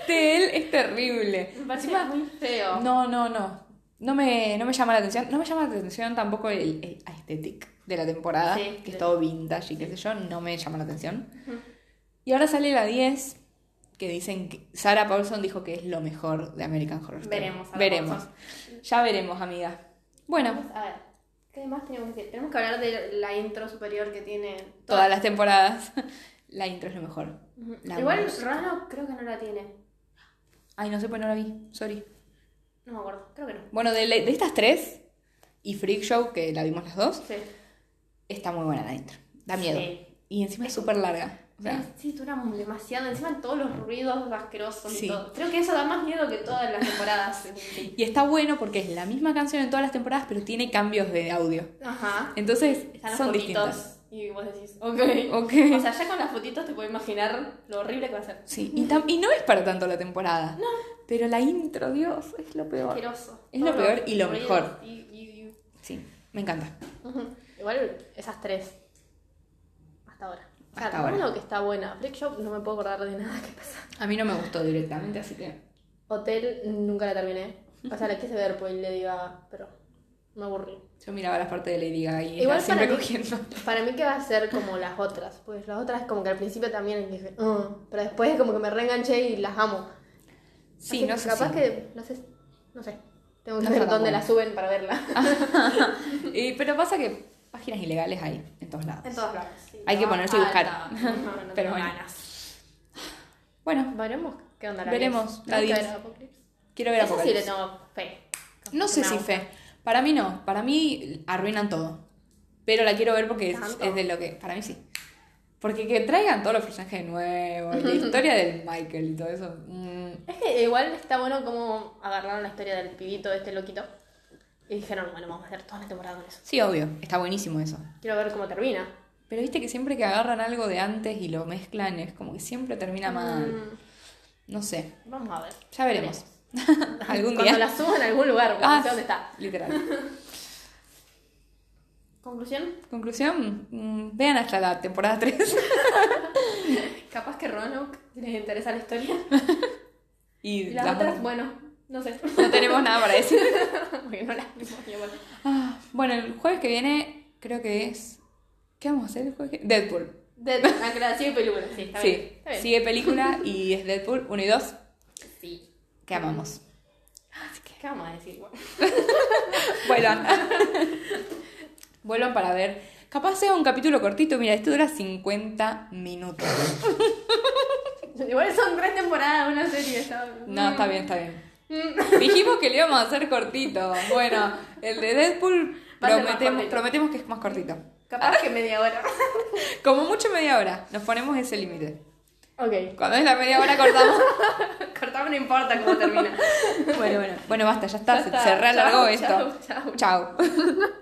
Speaker 1: Este él es terrible.
Speaker 2: Me parece muy feo.
Speaker 1: No, no, no. No me, no me llama la atención. No me llama la atención tampoco el, el aesthetic de la temporada,
Speaker 2: Sí,
Speaker 1: que
Speaker 2: sí.
Speaker 1: es todo vintage y qué sé yo, no me llama la atención.
Speaker 2: Ujú.
Speaker 1: Y ahora sale la 10, que dicen que Sarah Paulson dijo que es lo mejor de American Horror Story.
Speaker 2: Veremos, Sarah
Speaker 1: Veremos. Ya veremos, amiga. Bueno,
Speaker 2: Vamos A ver, ¿qué más tenemos que decir? Tenemos que hablar de la intro superior que tiene.
Speaker 1: todas las temporadas. La intro es lo mejor.
Speaker 2: Ujú.
Speaker 1: la
Speaker 2: Igual
Speaker 1: música.
Speaker 2: Rano creo que no la tiene.
Speaker 1: Ay, no sé, pues no la vi. Sorry.
Speaker 2: No me acuerdo, creo que no.
Speaker 1: Bueno, de, la- de estas tres y Freak Show, que la vimos las dos,
Speaker 2: Sí.
Speaker 1: está muy buena la intro. Da miedo.
Speaker 2: Sí.
Speaker 1: Y encima es súper larga. O sea,
Speaker 2: Sí, duramos demasiado. Encima todos los ruidos asquerosos
Speaker 1: Sí.
Speaker 2: y todo. Creo que eso da más miedo que todas las temporadas.
Speaker 1: Y está bueno porque es la misma canción en todas las temporadas, pero tiene cambios de audio.
Speaker 2: Ajá.
Speaker 1: Entonces,
Speaker 2: Están las
Speaker 1: son distintas.
Speaker 2: fotitos y vos decís, ok.
Speaker 1: Ok.
Speaker 2: O sea, ya con las fotitos te puedo imaginar lo horrible que va a ser.
Speaker 1: Sí, y, tam- y no es para tanto la temporada. No. Pero la intro, Dios, es lo peor.
Speaker 2: Asqueroso.
Speaker 1: Es lo
Speaker 2: Todos
Speaker 1: peor y lo
Speaker 2: ruidos
Speaker 1: mejor.
Speaker 2: y- y- y-
Speaker 1: Sí, me encanta.
Speaker 2: Ujú. Igual esas tres. Hasta ahora. O sea,
Speaker 1: Hasta
Speaker 2: lo
Speaker 1: ahora.
Speaker 2: único que está buena. Freak Shop no me puedo acordar de nada que pasa.
Speaker 1: A mí no me gustó directamente, así que.
Speaker 2: Hotel nunca la terminé. O sea, la quise ver por le diga, pero me aburrí.
Speaker 1: Yo miraba las partes de Lady Gaga y
Speaker 2: Igual
Speaker 1: era siempre
Speaker 2: para mí-
Speaker 1: cogiendo.
Speaker 2: Para mí que va a ser como las otras, pues las otras como que al principio también dije, "Mm", pero después como que me reenganché y las amo. Así
Speaker 1: Sí, no
Speaker 2: que
Speaker 1: sé.
Speaker 2: Capaz
Speaker 1: si-
Speaker 2: que, no sé, no sé. Tengo que
Speaker 1: No está
Speaker 2: ver
Speaker 1: tan
Speaker 2: dónde
Speaker 1: buena.
Speaker 2: la suben para verla.
Speaker 1: Y- Eh, pero pasa que páginas ilegales hay en todos lados.
Speaker 2: En todos lados. sí,
Speaker 1: Hay que
Speaker 2: no,
Speaker 1: ponerse y buscar.
Speaker 2: alta. No, no,
Speaker 1: Pero
Speaker 2: no tengo
Speaker 1: bueno.
Speaker 2: ganas.
Speaker 1: Bueno,
Speaker 2: Veremos qué onda la
Speaker 1: Veremos, la
Speaker 2: La
Speaker 1: diez.
Speaker 2: Apocalypse.
Speaker 1: quiero ver
Speaker 2: Eso sí le
Speaker 1: Apocalipsis.
Speaker 2: tengo fe.
Speaker 1: no sé
Speaker 2: Me
Speaker 1: si
Speaker 2: gusta.
Speaker 1: fe. Para mí no. Para mí arruinan todo. Pero la quiero ver porque es,
Speaker 2: ¿Tanto?
Speaker 1: es de lo que. Para mí sí. Porque que traigan todos los personajes nuevos, y la historia del Michael y todo eso. mm,
Speaker 2: Es que igual está bueno como agarraron la historia del pibito, de este loquito, y dijeron, bueno, vamos a hacer toda la temporada con eso.
Speaker 1: Sí, obvio, está buenísimo eso.
Speaker 2: Quiero ver cómo termina.
Speaker 1: Pero viste que siempre que agarran algo de antes y lo mezclan, es como que siempre termina mal.
Speaker 2: Mm,
Speaker 1: No sé,
Speaker 2: Vamos a ver.
Speaker 1: ya veremos. Algún
Speaker 2: Cuando
Speaker 1: día.
Speaker 2: la suban en algún lugar, porque
Speaker 1: Ah,
Speaker 2: no sé dónde está.
Speaker 1: Literal.
Speaker 2: Conclusión,
Speaker 1: Conclusión, mm, vean hasta la temporada 3
Speaker 2: capaz que Roanoke les interesa la historia.
Speaker 1: y
Speaker 2: Y las
Speaker 1: la-
Speaker 2: otras, bueno, no sé.
Speaker 1: no tenemos nada para decir.
Speaker 2: porque no las vimos ni igual.
Speaker 1: Ah, bueno, el jueves que viene creo que es... ¿Qué vamos a hacer el jueves que Deadpool.
Speaker 2: De la creación y película, sí, está bien.
Speaker 1: Sí,
Speaker 2: Está bien.
Speaker 1: sigue película y es Deadpool 1 y 2
Speaker 2: Sí.
Speaker 1: que amamos.
Speaker 2: ¿Qué vamos a decir? Bueno,
Speaker 1: Vuelvan. Vuelvan para ver. Capaz sea un capítulo cortito. Mira, esto dura 50 minutos.
Speaker 2: Igual son tres temporadas de una serie. Está...
Speaker 1: No, está bien, está bien.
Speaker 2: Mm.
Speaker 1: Dijimos que lo íbamos a hacer cortito. Bueno, el de Deadpool
Speaker 2: Va a ser más
Speaker 1: prometemos,
Speaker 2: cortito.
Speaker 1: prometemos que es más cortito.
Speaker 2: Capaz que media hora.
Speaker 1: Como mucho media hora. Nos ponemos ese límite.
Speaker 2: ok.
Speaker 1: Cuando es la media hora cortamos.
Speaker 2: Cortamos, no importa cómo termina.
Speaker 1: Bueno, bueno. Bueno, basta, ya está.
Speaker 2: Ya
Speaker 1: se-
Speaker 2: está.
Speaker 1: Se realargó
Speaker 2: Chau,
Speaker 1: esto.
Speaker 2: chau, chau.
Speaker 1: Chao.